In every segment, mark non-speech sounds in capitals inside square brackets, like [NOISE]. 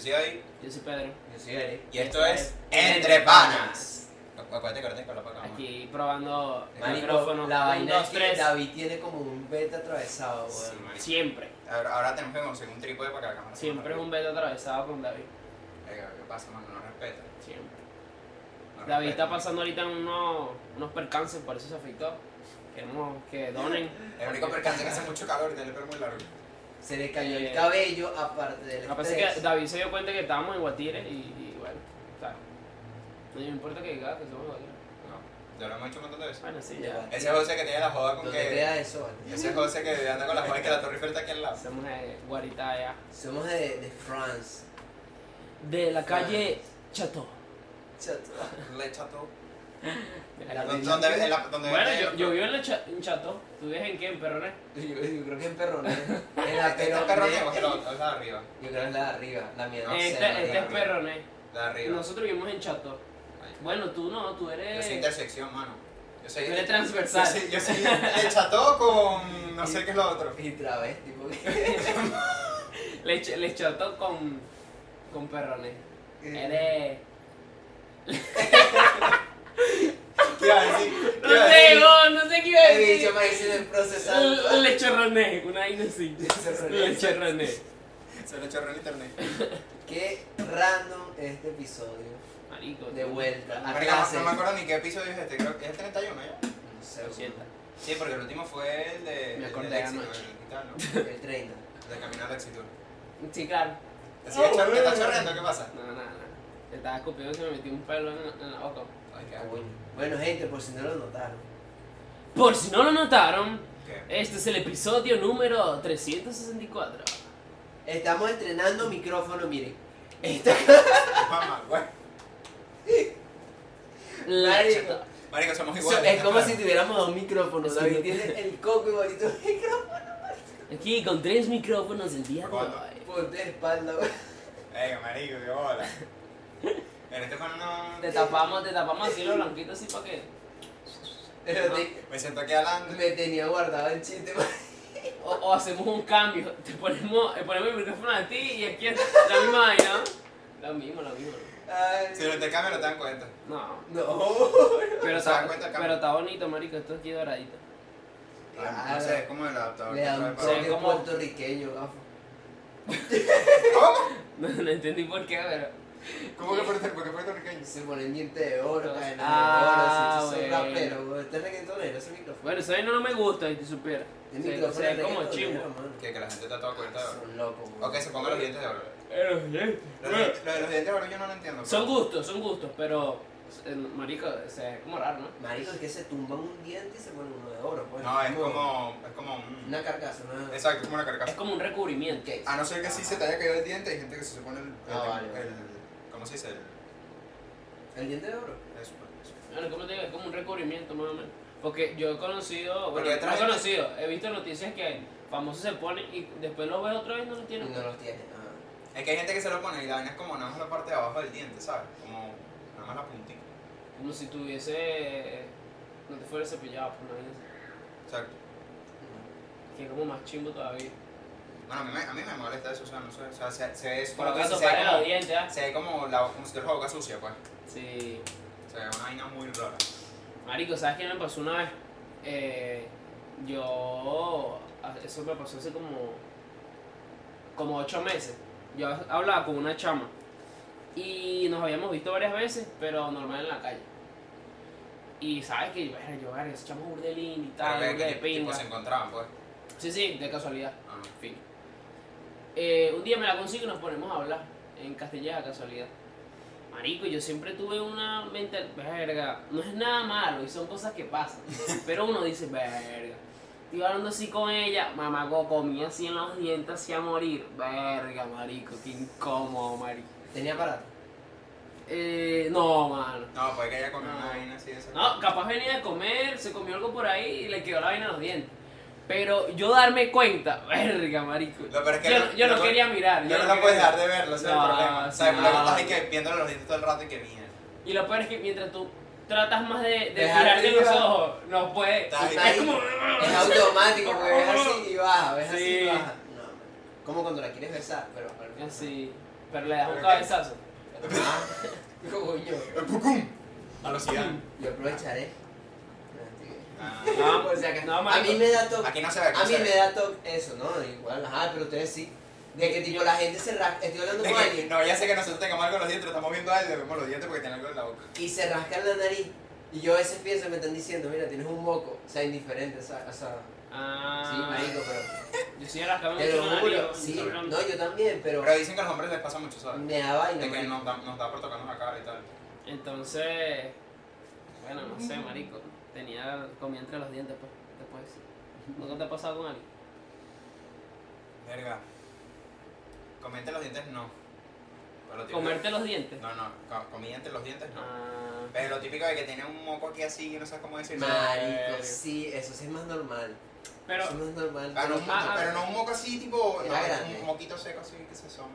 soy David. Yo soy Pedro. Yo soy Eric. Y esto es Entre Panas. Acu- Acuérdate que ahora tengo la cámara. Aquí probando Marico, micrófono. la vaina Un, es dos, que tres. David tiene como un beta atravesado, Sí, weón. marico. Siempre. Ahora, ahora tenemos que conseguir un trípode para que la cámara. se Siempre es mueva. un beta atravesado con David. Venga, ¿Qué pasa, mano? No respeta. Siempre. no David respeta. está pasando ahorita unos, unos percances, por eso se afectó. Queremos que donen. [LAUGHS] El único percance es que hace mucho calor y tiene el pelo muy largo. Se le cayó Eh, el cabello, aparte del Lo que pasa es que estrés. David se dio cuenta que estábamos en Guatire y, y bueno, o sea, no me importa que diga que somos de Guatire. No, ya lo hemos hecho un montón de veces. Bueno, sí, De ya. Guatire. Ese José que tiene la joda con Donde que. queda de sol. Ese José que anda con la joda y que la Torre Eiffel está aquí al lado. Somos de Guaritaya. Somos de, de France. De la calle Chateau. Chato. Le echa todo. De La calle- ¿Dó- ¿Dónde en la- dónde Bueno, vende- yo, yo vivo en, la cha- en Chateau. ¿Tú vives en qué? ¿En Perrones? [LAUGHS] Yo, yo creo que [LAUGHS] en Perroné. En la Este es el perro que Perroné. coge la otra, esa de arriba. Yo creo que es la de arriba. La mía no sé. este la este mía es no. Perrones. La de arriba. Nosotros vivimos en Chateau. Ahí. Bueno, tú no, tú Yo soy eres. intersección, mano. Yo Tú soy. eres Yo transversal. soy, yo soy el cható con. No sé qué es lo otro. Y travesti, porque... Le, ch- le Chateau con. con Perrones. [LAUGHS] Eres. ¿Qué iba a decir? No ¿Qué iba a sé, decir? no, no sé qué iba a El decir. bicho me dice el procesado. [LAUGHS] L- [LAUGHS] Le chorroné, una vaina así. Le chorroné. Se lo chorró en internet. Qué random este episodio. Marico. De vuelta. A Marica, no- clase. no me acuerdo ni qué episodio es este. Creo que es el 31 ya. No sé, Lo siento. Sí, porque el último fue el de. Me el acordé del éxito, anoche. el tal, ¿no? El 30. De caminar al éxito. Sí, claro. ¿Te sigue Oh, chor- te está bueno. chorreando? ¿Qué pasa? No, nada, nada. Te estaba escupiendo y se me metió un pelo en, en la boca. Ay, qué Ah, asco. bueno. Bueno, gente, por si no lo notaron. Por si no lo notaron, ¿Qué? este es el episodio número 364. Estamos entrenando micrófono, miren. Esta Mamá, güey. La Marico. chata. Marica, somos iguales. es como claro. si tuviéramos dos micrófonos. Sí. David tiene el coco igualito [LAUGHS] al micrófono. Aquí con tres micrófonos el día de ¿Cuándo? hoy. Ponte de espalda, güey. Venga, marico, qué bola. En este pan no. Te tapamos, te tapamos así los blanquitos así para que. Pero te- Me siento aquí hablando. me tenía guardado el chiste. güey. O, o hacemos un cambio. Te ponemos, te ponemos el micrófono a ti y aquí es la misma vaina. Lo mismo, lo mismo. Ay, [LAUGHS] Si lo te cambian, no te dan cuenta. No. No. Pero Se dan está, cuenta el cambio. pero está bonito, marico. Esto aquí doradito. [LAUGHS] No sé, es como el adaptador. Le que da trae un para- Sí. toque como- puertorriqueño, gafo. ¿Cómo? No, no entendí por qué, pero. ¿Cómo que puerto- por qué puertorriqueño? Se ponen diente de oro, Ah, cadena de oro, se- se- se- bueno. rapero, güey. Este reggaetonero, ese micrófono. Bueno, eso a mí no me gusta, si te supiera. El Se- micrófono se ve de como reggaetonero, chimbo. mano. Que que la gente está toda cuenta de oro. Son locos, güey. Ok, se ponga los dientes de oro. Lo de Pero- lo de los dientes de oro yo no lo entiendo. pues. Son pero- gustos, son gustos, pero. eh, Marico, se ve como raro, ¿no? Marico, es que se tumban un diente y se ponen uno de oro, pues. No, es como. Es como un. Una carcasa, una... Exacto, es como una Es carcasa. como un recubrimiento. cupcake. A no ser que sí se te haya caído el diente, hay gente que se supone el. el- Ah, vale, el- vale. ¿Cómo se dice? El. ¿El diente de oro? eso, pues, eso. Bueno, ¿cómo te digo? Es como un recubrimiento, más o menos. Porque yo he conocido, bueno, Porque no atrás- he conocido, he visto noticias que famosos se ponen y después los ves otra vez y no los No tienen. los tiene, ah. Es que hay gente que se lo pone y la vaina es como nada más la parte de abajo del diente, ¿sabes? Como nada más la puntita. Como si tuviese. eh, No te fuera cepillado, por lo menos. Exacto. Que es como más chimbo todavía. Bueno, a mí, me- a mí me molesta eso, o sea, no sé. O sea, se, se ve. Por lo se, tanto, se ve para los como, dientes, ¿ah? se ve como, la, como si te la boca sucia, pues. Sí. Se ve una vaina muy rara. Marico, ¿sabes qué me pasó una vez? Eh, yo. Eso me pasó hace como. Como ocho meses. Yo hablaba con una chama. Y nos habíamos visto varias veces, pero normal en la calle. Y sabes que, verga, yo, verga, esa chama es burda de linda y tal, Pero que- burda de que- tipo, pinga. se encontraban, pues. Sí, sí, de casualidad. Ah, no. En fin. Eh, un día me la consigo y nos ponemos a hablar en castellano de casualidad. Marico, yo siempre tuve una mental. Verga, no es nada malo y son cosas que pasan. [LAUGHS] Pero uno dice, verga. Estoy hablando así con ella, mamá go, comía así en los dientes, así a morir. Verga, marico, qué incómodo, marico. Tenía aparato. Eh, no, mano. No, puede que ella comió No. una vaina así de esa. Ah. No, capaz venía de comer, se comió algo por ahí y le quedó la vaina en los dientes. Pero yo darme cuenta, verga, marico. Lo peor es que yo, no- no- yo no no- quería mirar. Yo no lo la puedes dejar de verlo, ese es el No, problema. O sea, el no. problema estás ahí que viéndole los dientes todo el rato y que mierda. Y lo peor es que mientras tú tratas más de, de Dejar de fijarte en los mirar. ojos, no puedes. Está ahí. Es como. Es automático, güey. Ves así y baja, ves así Sí. Ah, y baja. No, man. Como cuando la quieres besar, pero... pero- Así. Pero le das un ¿Pero qué? cabezazo. Ah, [LAUGHS] coño. ¡El ¡Pucum! A los Zidane. Yo aprovecharé. Ah, No, pues, O sea que no, a mí marico. me da toque. Aquí no se ve, aquí A no mí se me ve. da toque eso, ¿no? Igual, ajá, pero ustedes sí. De que tipo la gente se rasca. Estoy hablando De con que- alguien No, ya sé que nosotros tengamos algo en los dientes, lo estamos viendo a él, le vemos los dientes porque tiene algo en la boca. y se rascan la nariz. Y yo a veces pienso, me están diciendo, mira, tienes un moco. O sea, indiferente, o sea, o sea, sí, Ah, marico, pero. Yo sí rascaba Te mucho lo la juro, nariz. sí. yo rascaba- No, yo también, pero Pero dicen que a los hombres les pasa mucho, ¿sabes? me da vaina. De que marico. nos da, nos da por tocarnos la cara y tal. Entonces, bueno, no sé, marico. Tenía comida entre los dientes, pues, te puedo decir. ¿Nunca te ha pasado con alguien? Verga. Comerte los dientes no. Pero lo típico- ¿Comerte los dientes? No, no, co- comida entre los dientes no. Ah, Pero lo típico de que tiene un moco aquí así y no sabes cómo decirlo. Eh, Marico, sí, eso sí es más normal. pero, eso es más normal. Ah, no, un Era moco, Ah, ah. pero no un moco así tipo. Era No, grande. un moquito seco así que se asoma.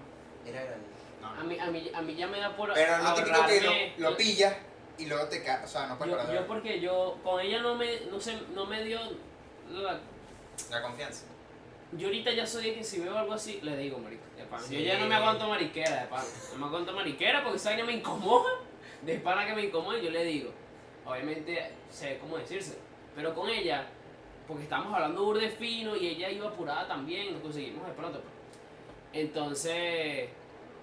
grande. No. a mí, a, mí, a mí ya me da por Pero lo típico que ahorrarme- lo, lo pillas y luego te cae. O sea, no puedes yo, parar yo de porque yo, con ella no me, no sé, no me dio la- la confianza. Yo ahorita ya soy de que si veo algo así, le digo, marico, de pana. Yo Sí. ya no me aguanto mariquera, de pana. No me aguanto mariquera porque esa vaina me incomoda. De pana que me incomoda, yo le digo. Obviamente sé cómo decirse. Pero con ella, porque estábamos hablando burde fino y ella iba apurada también, nos conseguimos de pronto. pues. Entonces,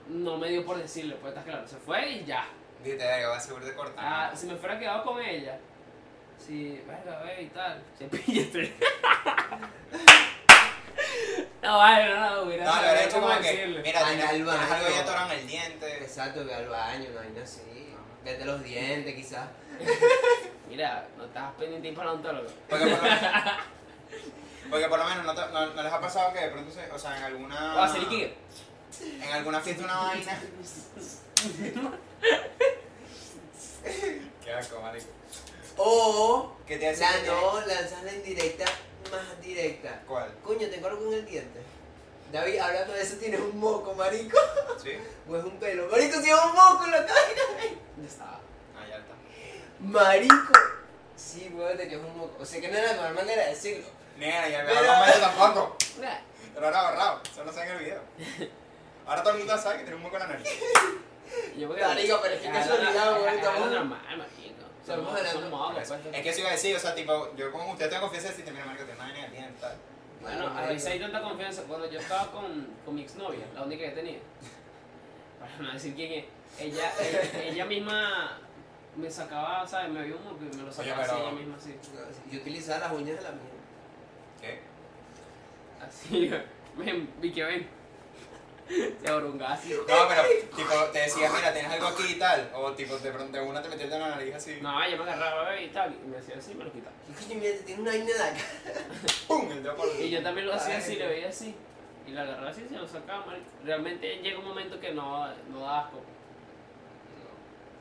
no me dio por decirle, pues está claro, se fue y ya. Dite, verga, va a seguro de cortar. Ah, si me fuera quedado con ella, si, verga, ve y tal, se [LAUGHS] pilla este. no, vale, no, no, hubiera no, lo sabido hubiera hecho cómo como que. decirle. Mira, Anda tienes, al tienes algo baño. ya atorado en el [LAUGHS] diente. Exacto, ve al baño, una vaina así. Vete los dientes, quizás. Mira, no estás pendiente de ir para un odontólogo. Porque por lo menos, porque por lo menos no, te- no- no les ha pasado que de pronto se, o sea, en alguna O a Seriquigue. en alguna fiesta una vaina. Qué asco, marico. O ¿Qué te hace? la no, lanzas la indirecta más directa. ¿Cuál? Coño, tengo algo en el diente. David, hablando de eso, tienes un moco, marico. ¿Sí? O es un pelo. Marico, tienes un moco en la cara. Ya estaba. Ah, ya está. Marico. Sí, weón, te quedó un moco. O sea que no era la mejor manera de decirlo. Nena, ya me Pero- hablamos [LAUGHS] de tampoco. Mira, Te lo han agarrado. Eso no se ve en el video. Ahora todo el mundo sabe que tiene un moco en la nariz. Yo porque. Marico, pero es que casualidad, güey, estamos- Ah, Es normal, marico. Estamos Somos- hablando- Somos mogos, Es pues. que eso iba a decir, o sea, tipo, yo con usted tengo confianza de decirte, mira, marico, tiene una vaina en el diente tal. Bueno, a veces hay tanta confianza. Cuando yo estaba con, con mi exnovia, la única que tenía, para no decir quién es, ella, ella, ella misma me sacaba, ¿sabes? Me había un moco y me lo sacaba Oye, pero- así, ella misma así. Yo utilizaba las uñas de la mía. ¿Qué? Así, [LAUGHS] ven, vi que ven. Se abrungaba así. No, pero, tipo, te decía, mira, tienes algo aquí y tal. O, tipo, de pronto una te metiste en la nariz así. No, yo me agarraba bebé y tal, y me hacía así y me lo quitaba. Y coño, mira, te tiene una vaina en la cara. ¡Pum! El dedo por Y yo también lo hacía Ay. así, le veía así. Y la agarraba así y se lo sacaba, marico. Realmente llega un momento que no, no da asco.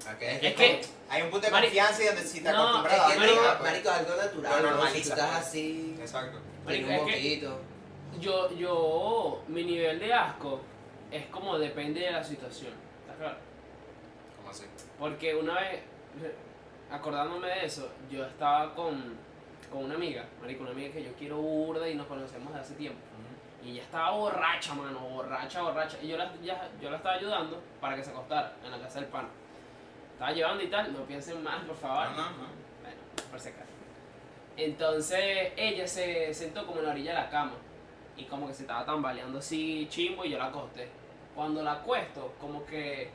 Ok. Es que, Hay un punto de Mari- confianza y donde si te No, acostumbras Es a que darle, no, ah, pues, marico, es algo natural. Lo ¿no? Si normaliza, tú estás pues. así, Exacto. tiene Marico, un es que- moquito. Yo, yo, mi nivel de asco es como depende de la situación. ¿Está claro? ¿Cómo así? Porque una vez, acordándome de eso, yo estaba con, con una amiga, marico, una amiga que yo quiero burda y nos conocemos de hace tiempo. Y ella estaba borracha, mano, borracha, borracha. Y yo la, ya- yo la estaba ayudando para que se acostara en la casa del pana. Estaba llevando y tal, no piensen más, por favor. No, no, no. Bueno, por si acaso. Entonces ella se sentó como en la orilla de la cama y como que se estaba tambaleando así chimbo y yo la acosté. Cuando la acuesto, como que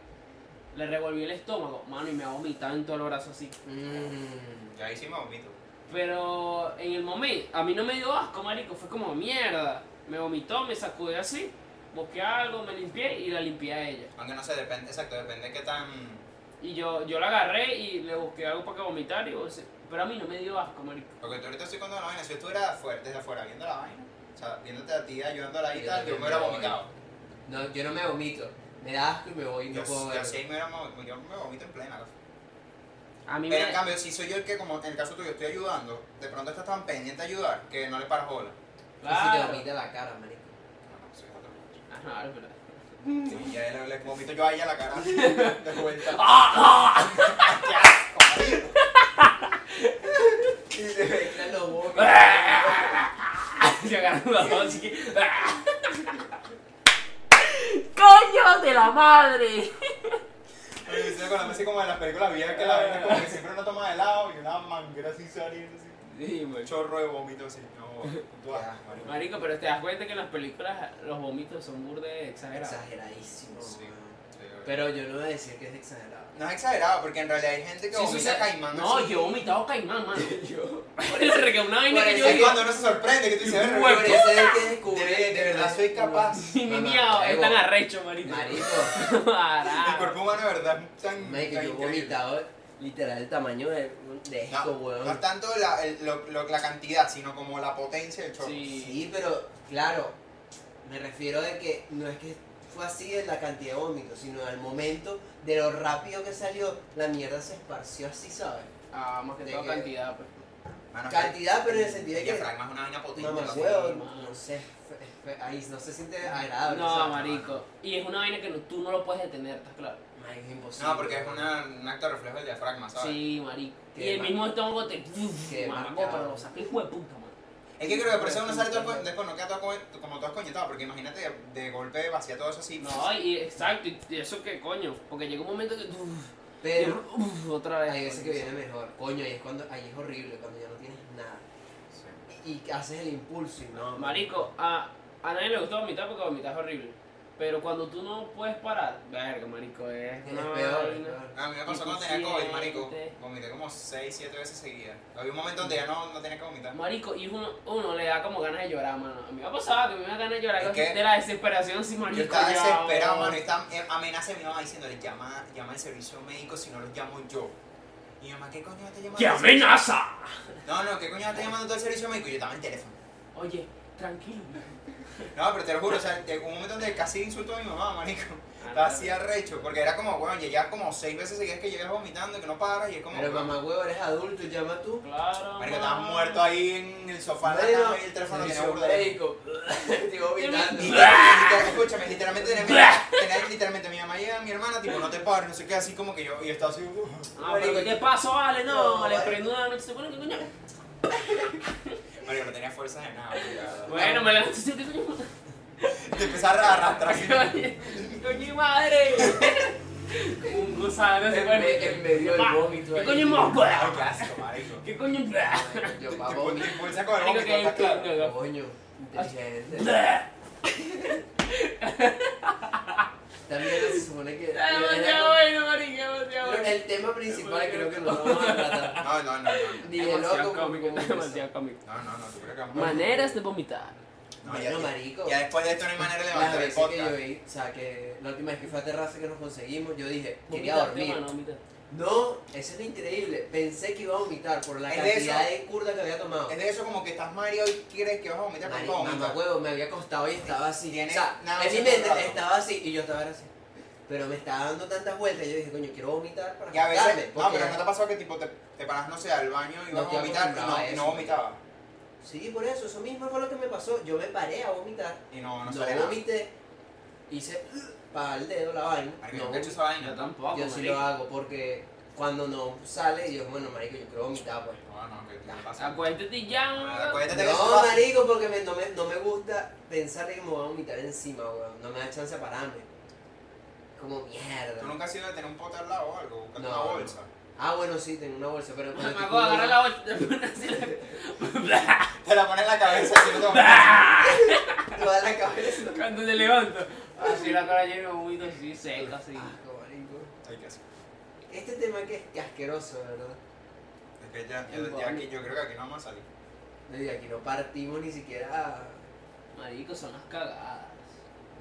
le revolví el estómago, mano, y me ha vomitado en todo el brazo así. Mm. Ya hicimos vomito. Pero en el momento, a mí no me dio asco, marico, fue como mierda. Me vomitó, me sacudí así, busqué algo, me limpié y la limpié a ella. Aunque no sé, depende, exacto, depende de qué tan. Y yo, yo la agarré y le busqué algo para que vomitar y vos- pero a mí no me dio asco, marico. Porque tú ahorita estoy contando la vaina. Si yo estuviera afuera- desde afuera viendo la vaina, o sea, viéndote a ti, ayudándola ahí y Yo tal, yo me también hubiera me voy. vomitado. No, yo no me vomito. Me da asco y me voy. No Yo, puedo yo verlo. sí me hubiera mo- yo me vomito en plena. A mí Pero me en cambio, si soy yo el que, como en el caso tuyo, estoy ayudando, de pronto estás tan pendiente de ayudar que no le paras bola. Y si te Claro. vomita la cara, marico. No, no, eso es otro punto. Ah, no, es verdad. Sí, ya le, le vomito yo a ella la cara [LAUGHS] de [LAUGHS] vuelta. Ah, ¡Qué asco, marico! Y se mezclan [LAUGHS] los bocos. [LAUGHS] Se agarró la voz así que. ¡Coño! ¡Coño de la madre! Pero yo estoy acordándome así como de las películas viejas que la venden como que siempre una toma de helado y una manguera así saliendo así. Sí, Un marico. chorro de vómito así. [LAUGHS] No, tú asco, marico. Marico, pero te das cuenta que en las películas los vómitos son burde exagerados. Exageradísimo. Sí, sí, weón. güey. Pero yo no voy a decir que es exagerado. No es exagerado, porque en realidad hay gente que Sí, vomita sucede. caimán. No, así. yo he vomitado caimán, mano. [LAUGHS] Yo. Verga, una vaina Por que yo eso Es digo. cuando uno se sorprende que tú dices, Por "Verga, eso es que descubrí, de, de verdad soy capaz. [LAUGHS] Ni No, no, miau, es luego. tan arrecho, marico. Marico. [LAUGHS] El Carajo. cuerpo humano de verdad es tan. Marico, tan yo he increíble. vomitado literal el tamaño de, de No, esto, weón. no es tanto la, el- lo- lo- la cantidad, sino como la potencia del chorro. Sí. Sí, pero claro, me refiero de que no es que fue así en la cantidad de vómito, sino al momento de lo rápido que salió, la mierda se esparció así, ¿sabes? Ah, más que ¿De todo qué? cantidad, pues. Mano, Cantidad, pero en el sentido de El que. diafragma es una vaina potente. Mamá, así. huevo, no sé, fe- fe- ahí no se siente agradable. No, ¿sabes? marico. Y es una vaina que no- tú no lo puedes detener, ¿estás claro? Marico, es imposible. No, porque es una, un acto reflejo del diafragma, ¿sabes? Sí, marico. Qué y el ma- mismo estómago te. Qué Mamacó, marcado. pero lo saqué, hijo de puta, mano. Es que creo que por eso uno sale todo, co- después, no queda todo co- como todo escoñetado, porque imagínate de, de golpe vacía todo eso así. No, y exacto, y- y eso que coño. Porque llega un momento que. uf, Pero y- uf, otra vez. hay veces Eh, que coño. viene mejor. Coño, ahí es, cuando, ahí es horrible, cuando ya no tienes nada. Sí. Y, y haces el impulso y no. Marico, a, a nadie le gusta vomitar porque vomitar es horrible. Pero cuando tú no puedes parar, verga, marico, es. Es una peor, es vaina. peor. Ah, A mí me pasó Y tú cuando tenía COVID, marico. sientes. Vomité como 6, 7 veces seguidas. Había un momento donde ya no, no tenía que vomitar. Marico, y uno, uno le da como ganas de llorar, mano. A mí me ha pasado que me da ganas de llorar ¿Es con- qué? de la desesperación, sí, marico. Yo estaba ya, desesperado, oh. mano. y Estaba eh, amenaza a mi mamá diciéndole, llama, llama al servicio médico si no los llamo yo. Y mi mamá, ¿qué coño te llamando? ¡Qué el servicio-?" amenaza! No, no, ¿qué coño te llamando todo el servicio médico? Yo estaba en teléfono. Oye, tranquilo. No, pero te lo juro, o sea, llegó un momento donde casi insulto a mi mamá, marico. Estaba Ah, así arrecho, porque era como, bueno, llegas como seis veces seguidas que llegas vomitando, que no paras, y es como... Pero bueno, mamá huevo, eres adulto, llama tú. Claro. Marico, estabas muerto ahí en el sofá de la Bueno, cama y el teléfono tiene servicio burda de- médico. [LAUGHS] Estoy vomitando. Y- literal- Escúchame, literalmente tenía mi, tenía literalmente mi mamá y mi hermana, tipo, no te pares, no sé qué, así como que yo, y estaba así... uh. Ah, pero ¿qué te pasó, vale? No, No, le vale. prendo una noche, se pone que coño. Marico, no tenía fuerzas de nada, marico. Bueno, me levanto así, que coño. Te empezás a arrastrar [LAUGHS] así. Coño y madre. Eh, Un gusano se En pone. me- en medio del Ma, vómito ¿Qué ahí. coño mosco? Ay, qué asco, marico. ¿Qué coño? pues? Yo, Te- papá, te- Te vomito. impulsa con el Marico, vómito, que está claro. Coño, inteligente. También se supone que. Está demasiado Pero bueno, marico, demasiado bueno. el tema principal creo que no lo vamos [LAUGHS] a tratar. No, no, no, no. Ni de Demasiado loco. cómico, como- como demasiado cómico. No, no, no, tú crees que vamos a- Maneras de vomitar. No, ya, Bueno, ya, marico. ya después de esto no hay manera de Las levantar el veces que yo podcast. vi, o sea, que la última vez que fue a terraza que nos conseguimos, yo dije, quería Vomitar, dormir. mano, vomitar. No, eso es lo increíble. Pensé que iba a vomitar por la Es de cantidad eso. de curda que había tomado. Es de eso como que estás Mario y quieres que vas a vomitar con Mari- todo. Mamá huevo, me había acostado y estaba así. Tiene o sea, nada en mi de mente rato. estaba así y yo estaba así. Pero me estaba dando tantas vueltas y yo dije, coño, quiero vomitar para Y a acostarme, veces, no, porque- pero no te ha pasado que tipo te, te paras, no sé, al baño y vas a No estoy vomitar y acostumbrado no, a y eso. no vomitaba. Sí, por eso, eso mismo fue lo que me pasó. Yo me paré a vomitar. Y no, no no sale nada. vomité. Hice [CLEARS THROAT] para el dedo la vaina. Marico, yo cacho no vomité. esa vaina. Yo tampoco, yo sí lo marico. hago porque cuando no sale, yo bueno, marico, yo quiero vomitar, pues. No, no, que te pasa. Acuérdate ya. Acuérdate que eso No, pasa. marico, porque me- no, me, no me gusta pensar de que me voy a vomitar encima, weón. No me da chance a pararme. Como mierda. Tú nunca has ido de tener un pote al lado o algo, buscando No. una bolsa. Ah, bueno, sí, tengo una bolsa, [LAUGHS] pero cuando Mamá, estoy agarra [LAUGHS] comiendo- la bolsa, [LAUGHS] te pone así la- [LAUGHS] Te la pones en la cabeza y no te vomitas. toda la cabeza. Cuando te levanto. Así la cara llena de vómito, así seca, así. Asco, marico. Ay, qué asco. Este tema que es que asqueroso, ¿verdad? Es que ya, ya, ya aquí, yo creo que aquí no vamos a salir. No, y aquí no partimos ni siquiera. Marico, son las cagadas.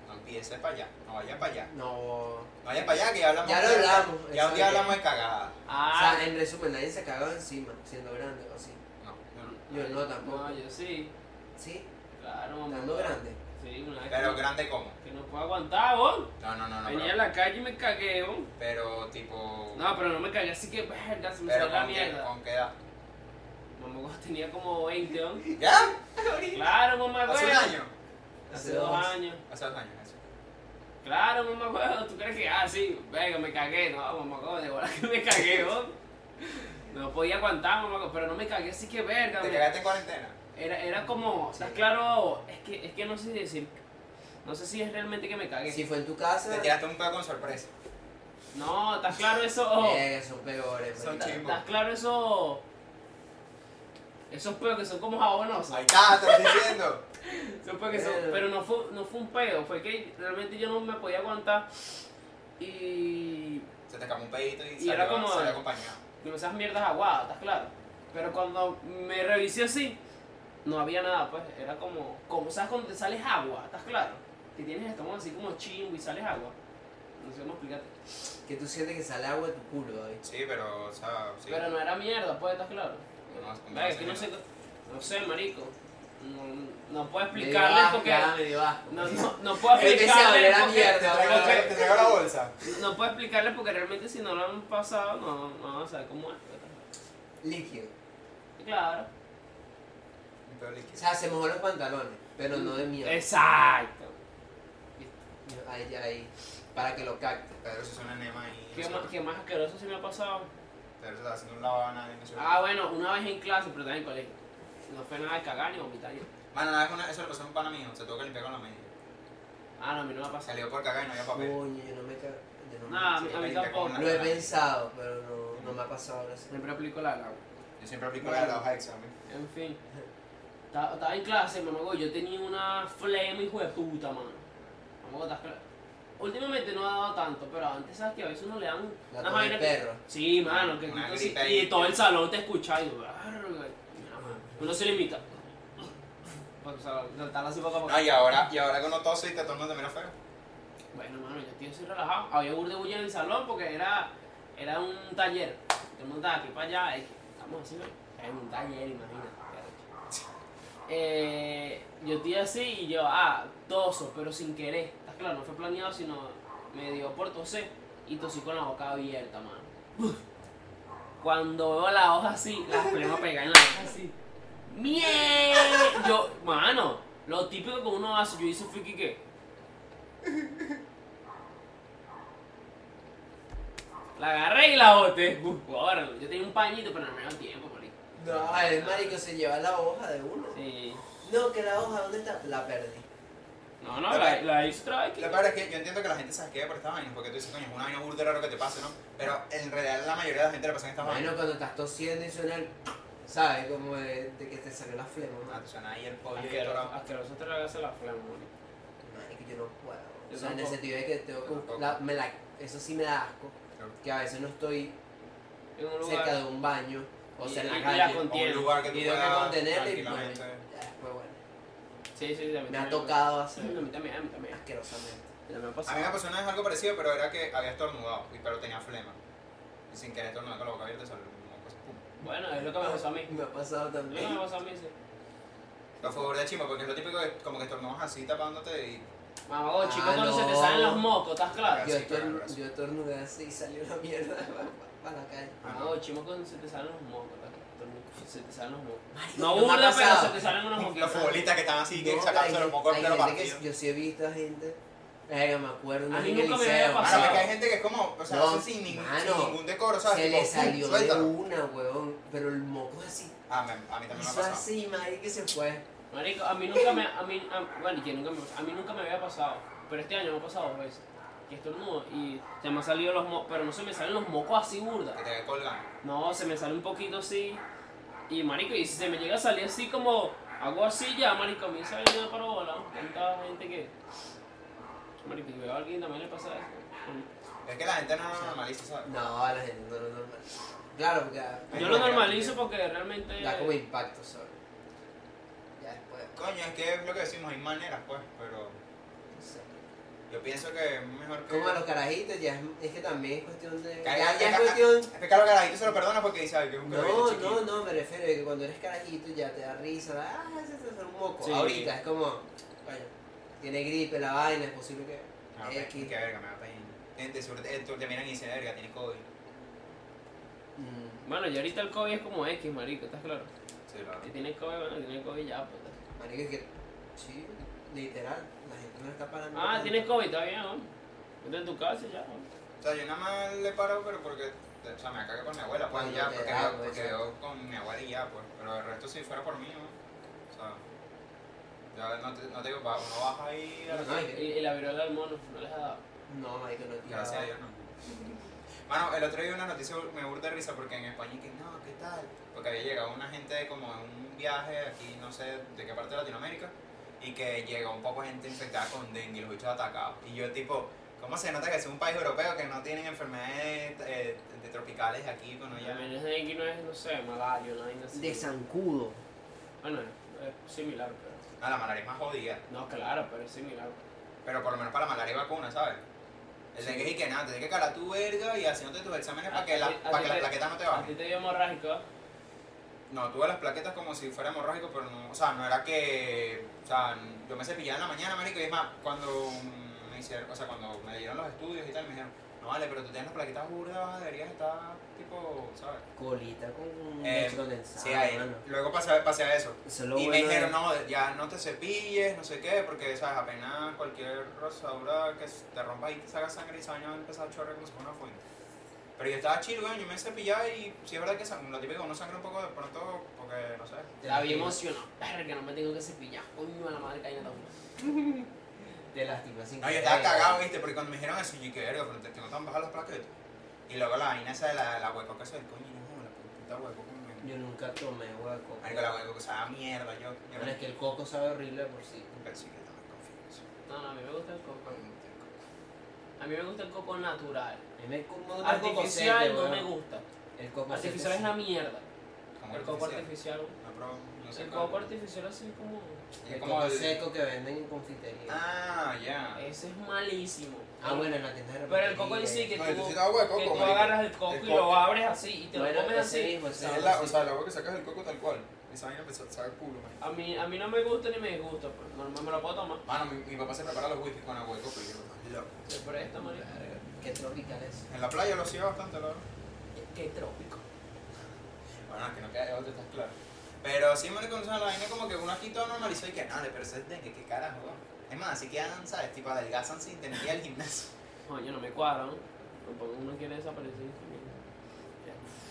No empieces para allá, no vayas para allá. No. No vayas para allá que ya hablamos Ya lo de- hablamos, Ya un día exacto. hablamos de cagada. O Ah, sea, en resumen, nadie se ha cagado encima, siendo grande, o sí. No, yo no. yo no tampoco. No, yo sí. ¿Sí? Claro, mamá. Estando grande. Sí, una vez. Pero que- grande como. Que no puedo aguantar, vos. No, no, no, no. Venía pero- a la calle y me cagué, vos. Pero tipo. No, pero no me cagué, así que verga, se me pero salió la con qué, mierda. con qué edad. Mamá, cuando tenía como [LAUGHS] 20, ¿no? ¿Ya? Claro, mamá, Hace un huevo. año. Hace dos años. Hace dos años, eso. Claro, mamá, huevo, ¿tú crees que? Ah, sí, venga, me cagué. No, mamá, huevo, de bola que me [LAUGHS] cagué, vos. No podía aguantar, mamá, huevo, pero no me cagué, así que verga. ¿Te me- cagaste en cuarentena? Era, era como, ¿estás claro? Es que, es que no sé si decir. No sé si es realmente que me cagué. Si fue en tu casa, Te tiraste un pedo con sorpresa. No, ¿estás claro eso? verga, eh, son peores. Son marico. chimbo. ¿Estás claro eso? Esos peos que son como jabonosos. Ahí está, te lo estoy diciendo. Esos peos que son- Verga. pero no fue, no fue un peo, fue que realmente yo no me podía aguantar. Y Se te escapó un pedito y, Y salió, era como- salió acompañado. y esas mierdas aguadas, ¿estás claro? Pero cuando me revisé así, no había nada, pues era como, como sabes cuando te sales agua, ¿estás claro? Que tienes el estómago así como chingo y sales agua. No sé cómo explicarte. Que tú sientes que sale agua de tu culo, ahí. Sí, pero, o sea, sí. Pero no era mierda, pues, ¿estás claro? No, es como Verga, no que no sé sé, no sé, marico. No, no puedo Me explicarles dio asco, porque... ya, me dio asco. No, no, no puedo El que se abre explicarles la porque- Te mierda, traigo, weón. te traigo la bolsa. No puedo explicarles porque realmente si no lo han pasado, no, no van a saber cómo es. Líquido. Claro. Mi pedo líquido. O sea, se mojó los pantalones, pero no de mierda. Exacto. Ahí, ahí. Para que lo capte. Pedro se hizo un enema ahí. ¿Qué más, qué más asqueroso se me ha pasado? Pedro se está haciendo un lavado a nadie. No sé. Ah, bueno, una vez en clase, pero también en colegio. No fue nada de cagar ni vomitar. ni- Mano, una vez una- eso le pasó a un pana mío. Se tuvo que limpiar con la media. Ah, no, a mí no me ha pasado. Salió por cagar y no había papel. Coño, yo no me ca- yo no me- Nada, a mí, Sí, a mí ahí te tampoco. pongo Lo he pensado, pero no, no me ha pasado ahora sí. Siempre aplico la del agua. Yo siempre aplico la de la hoja de examen. En fin. Ta- Estaba en clase, mamá, yo tenía una flema, hijo de puta, mano. Mamá, estás claro. Últimamente no ha dado tanto, pero antes sabes que a veces uno le dan un- La unas tos del vainas que- perro. Sí, mano, que Una tú- gripe sí, y ahí. todo el salón te escucha y verga. uno se limita. Para saltar así poco a poco. Pues, No, y ahora, y ahora que uno tose y te torna también feo. Bueno, mano, yo estoy así relajado. Había burde bulla en el salón porque era, era un taller. Te montas aquí para allá. eh, Estamos así, ¿no? En un taller, imagínate. Eh, yo estoy así y yo, ah, toso, pero sin querer. Está claro, no fue planeado, sino me dio por toser y tosí con la boca abierta, mano. Uf. Cuando veo la hoja así, las flemas pegan en la hoja así. ¡Mie! Yo, mano, lo típico que uno hace, yo hice fue que. ¿qué? La agarré y la boté. Uf, ahora, yo tenía un pañito, pero no me dio tiempo, marico. No, el marico se lleva la hoja de uno. Sí. No, que la hoja, ¿dónde está? La perdí. No, no, la, la hice otra vez. que- Lo peor es que yo entiendo que la gente se asquea por estas vainas, porque tú dices, coño, es una vaina burda raro que te pase, ¿no? Pero en realidad la mayoría de la gente le pasan estas vainas. Bueno, cuando estás tosiendo y suena el... ¿Sabes? Como de, de que te salió la flema, Ah, te mano. suena ahí el pollo y el Asqueroso, dorado. asqueroso te la hace la flema, marico. Marico, yo no puedo. Yo o sea, en el tampoco. sentido de que tengo que... Yo tampoco. la- me la- eso sí me da asco. Que a veces no estoy En un lugar. cerca de un baño o Y- sea, en y la la calle. con- O un lugar que tú Y tengo que puedas contenerla y bueno, tranquilamente. ya después, bueno. Pues Sí, sí, sí, a mí Me ha también. tocado Sí, hacer A mí también, a mí también. asquerosamente. También me ha A mí pasado. me pasó una vez algo parecido, pero era que había estornudado, y- pero tenía flema. Y sin querer estornudé con la boca abierta, salió una cosa. pum. Bueno, es lo que me pasó a mí. Me ha pasado Es lo que me también. pasó a mí, sí. Pero fue burda de chimbo, porque es lo típico que como que estornudas así tapándote y Mamá, vos, Ah, chico, cuando se te no. salen los mocos, ¿estás claro? Sí, Yo, estorn- claro, sí. yo estornudé así y salió la mierda [LAUGHS] para, la calle. Ah, Mamá, no. vos, chico, cuando se te salen los mocos, ¿estás claro? Se te salen los mocos. Marico, No me ha burda, pero pasado. se te salen unos mocos. los futbolistas que están así, que No, sacándose hay- los mocos hay de los gente que- partidos. Yo sí he visto a gente. Venga, me acuerdo. A una mí en el nunca me había liceo, Mano, pasado. porque mano, hay gente Ah, que es como, o sea, No, hacen sin, ningún- mano, sin ningún decoro, ¿sabes? Se Tipo, le pum, salió de suéltalo. una, huevón. Pero el moco es así. Ah, me- a mí también me ha Hizo pasado. así, madre, que se fue. Marico, a mí nunca me, a mí, a- bueno, y que nunca me, a mí nunca me había pasado, pero este año me ha pasado dos veces, que estornudo y se me han salido los mocos, pero no se me salen los mocos así burda, Que te colgan. no, se me sale un poquito así, y marico, y si se me llega a salir así como, hago así ya, marico, a mí se me da para bola, ¿no? tanta gente que, marico, y veo a alguien también le pasa eso, Es que la gente no lo normaliza, ¿sabes? No, la gente no lo normal. Claro, porque da- yo lo normalizo porque realmente, da como impacto solo. Ya después, Coño, es que es lo que decimos, hay maneras, pues, pero no sé. yo pienso que es mejor que... Como a los carajitos, ya es, es que también es cuestión de. Ca- Ya, ya es ca- cuestión. Es que claro, carajito se lo perdona porque dice, ay, que es un No, carajito no, chiquito. no, me refiero a que cuando eres carajito ya te da risa, ah, ese es un moco. Sí. Ahorita es como, coño, tiene gripe la vaina, es posible que. No, pe- Eh, que- Ah, pues, qué verga, me da pena. Gente, sobre- eh, tú- te miran y dicen, verga, tiene COVID. Mm, bueno, yo ahorita el COVID es como X, marico, ¿estás claro? Sí, claro. Si tienes COVID, bueno, tienes COVID ya, pues, Marico, es que. Sí, literal, la gente no está parando. ah, tanto. tienes COVID, está bien, ¿no? Vete en tu casa y ya, ¿no? O sea, yo nada más le paro, pero porque, o sea, me cagué con mi abuela, pues, y Cuando ya, te porque, da, yo, pues, porque exacto. yo con mi abuela y ya, pues. Pero el resto, si fuera por mí, ¿no? O sea, Yo no te, no te digo, pa- uno baja ahí. a la- No, El, el avirola al mono, no les ha dado. No, marico, no te Gracias a Dios, no. Mano, el otro día una noticia me burda de risa porque en España y que no, ¿qué tal? Porque había llegado una gente de como en un viaje aquí, no sé de qué parte de Latinoamérica, y que llegó un poco de gente infectada con dengue y los bichos atacados. Y yo, tipo, ¿cómo se nota que es un país europeo que no tienen enfermedades eh, de tropicales aquí con Al allá? menos de aquí no es, no sé, malario, una vaina así. De zancudo. Bueno, es, es similar, pero. No, la malaria es más jodida, No, claro, pero es similar. pero por lo menos para la malaria hay vacuna, ¿sabes? El dengue es y que nada, te tienes que calar tu verga y haciéndote tus exámenes para que, A la, ti- a para ti que las te- plaquetas no te A bajen. ti te dio hemorrágico. No, tuve las plaquetas como si fuera hemorrágico, pero no, o sea, no era que, o sea, yo me cepillaba en la mañana, marico, y es más, cuando mm, me hicieron, o sea, cuando me dieron los estudios y tal, me dijeron, no vale, pero tú tienes las plaquetas burdas, deberías estar, tipo, ¿sabes? Colita con Eh, leche condensada, sí, ahí, mano. luego pasé, a- pasé a eso, Eso es Ah, lo y me bueno de- dijeron, no, ya no te cepilles, no sé qué, porque, ¿sabes? Apenas cualquier rosadura que s- te rompa y te saca sangre y se va a empezar a chorrear como si fuera una fuente. Pero yo estaba chido, weón, yo me cepillaba y sí es verdad que sang- lo típico, uno sangra un poco de pronto, porque, no sé. La vi emocionado. Verga, no me tengo que cepillar. Coño, a la madre caída Te lastima sin No, yo estaba cagado, eh. viste, porque cuando me dijeron eso, yo dije, verga, pero te tengo tan bajas las plaquetas. Y luego la vaina esa de la, la hueco que es el coño, no, la puta hueco como Yo nunca tomé agua de coco. Marico, la hueco que sabe a mierda, yo. Yo Bueno, es que el coco sabe horrible por sí. Pero sí que no me confío en eso. No, no, a mí me gusta el coco. A mí me gusta el coco natural. A mí me como el coco Artificial seco, no weón. me gusta. El coco Artificial es la mierda. Como El coco artificial. artificial. No, pero no sé El cuál. coco artificial así como. Es El como coco el- seco que venden en confitería. Ah, ya. Ese es malísimo. Ah, bueno, en la tienda de Pero el coco en sí repostería. que tú, No, necesitas hueco, que tú marico. agarras el coco El y coco. lo abres así y te Bueno, lo comes ese así. mismo, ese Es mismo, la- sí. o sea, la hueco que sacas el coco tal cual. Esa vaina me sa- sabe culo, man. A mí, a mí no me gusta ni me disgusta, pues. Normal me lo puedo tomar. Mano, mi, mi papá se prepara los whisky con la hueco, pero yo no. loco. Te presto, marico. Qué tropical es. En la playa lo hacía bastante, la verdad. Qué trópico. Bueno, que no queda de otra, estás claro. Pero sí, marico, o sea, la vaina como que uno aquí todo normalizó y que, no, pero eso es de que, qué carajo. Es más, así quedan, ¿sabes? Tipo, adelgazan sin tener que ir al gimnasio. Coño, no me cuadra, ¿no? Tampoco uno quiere desaparecer.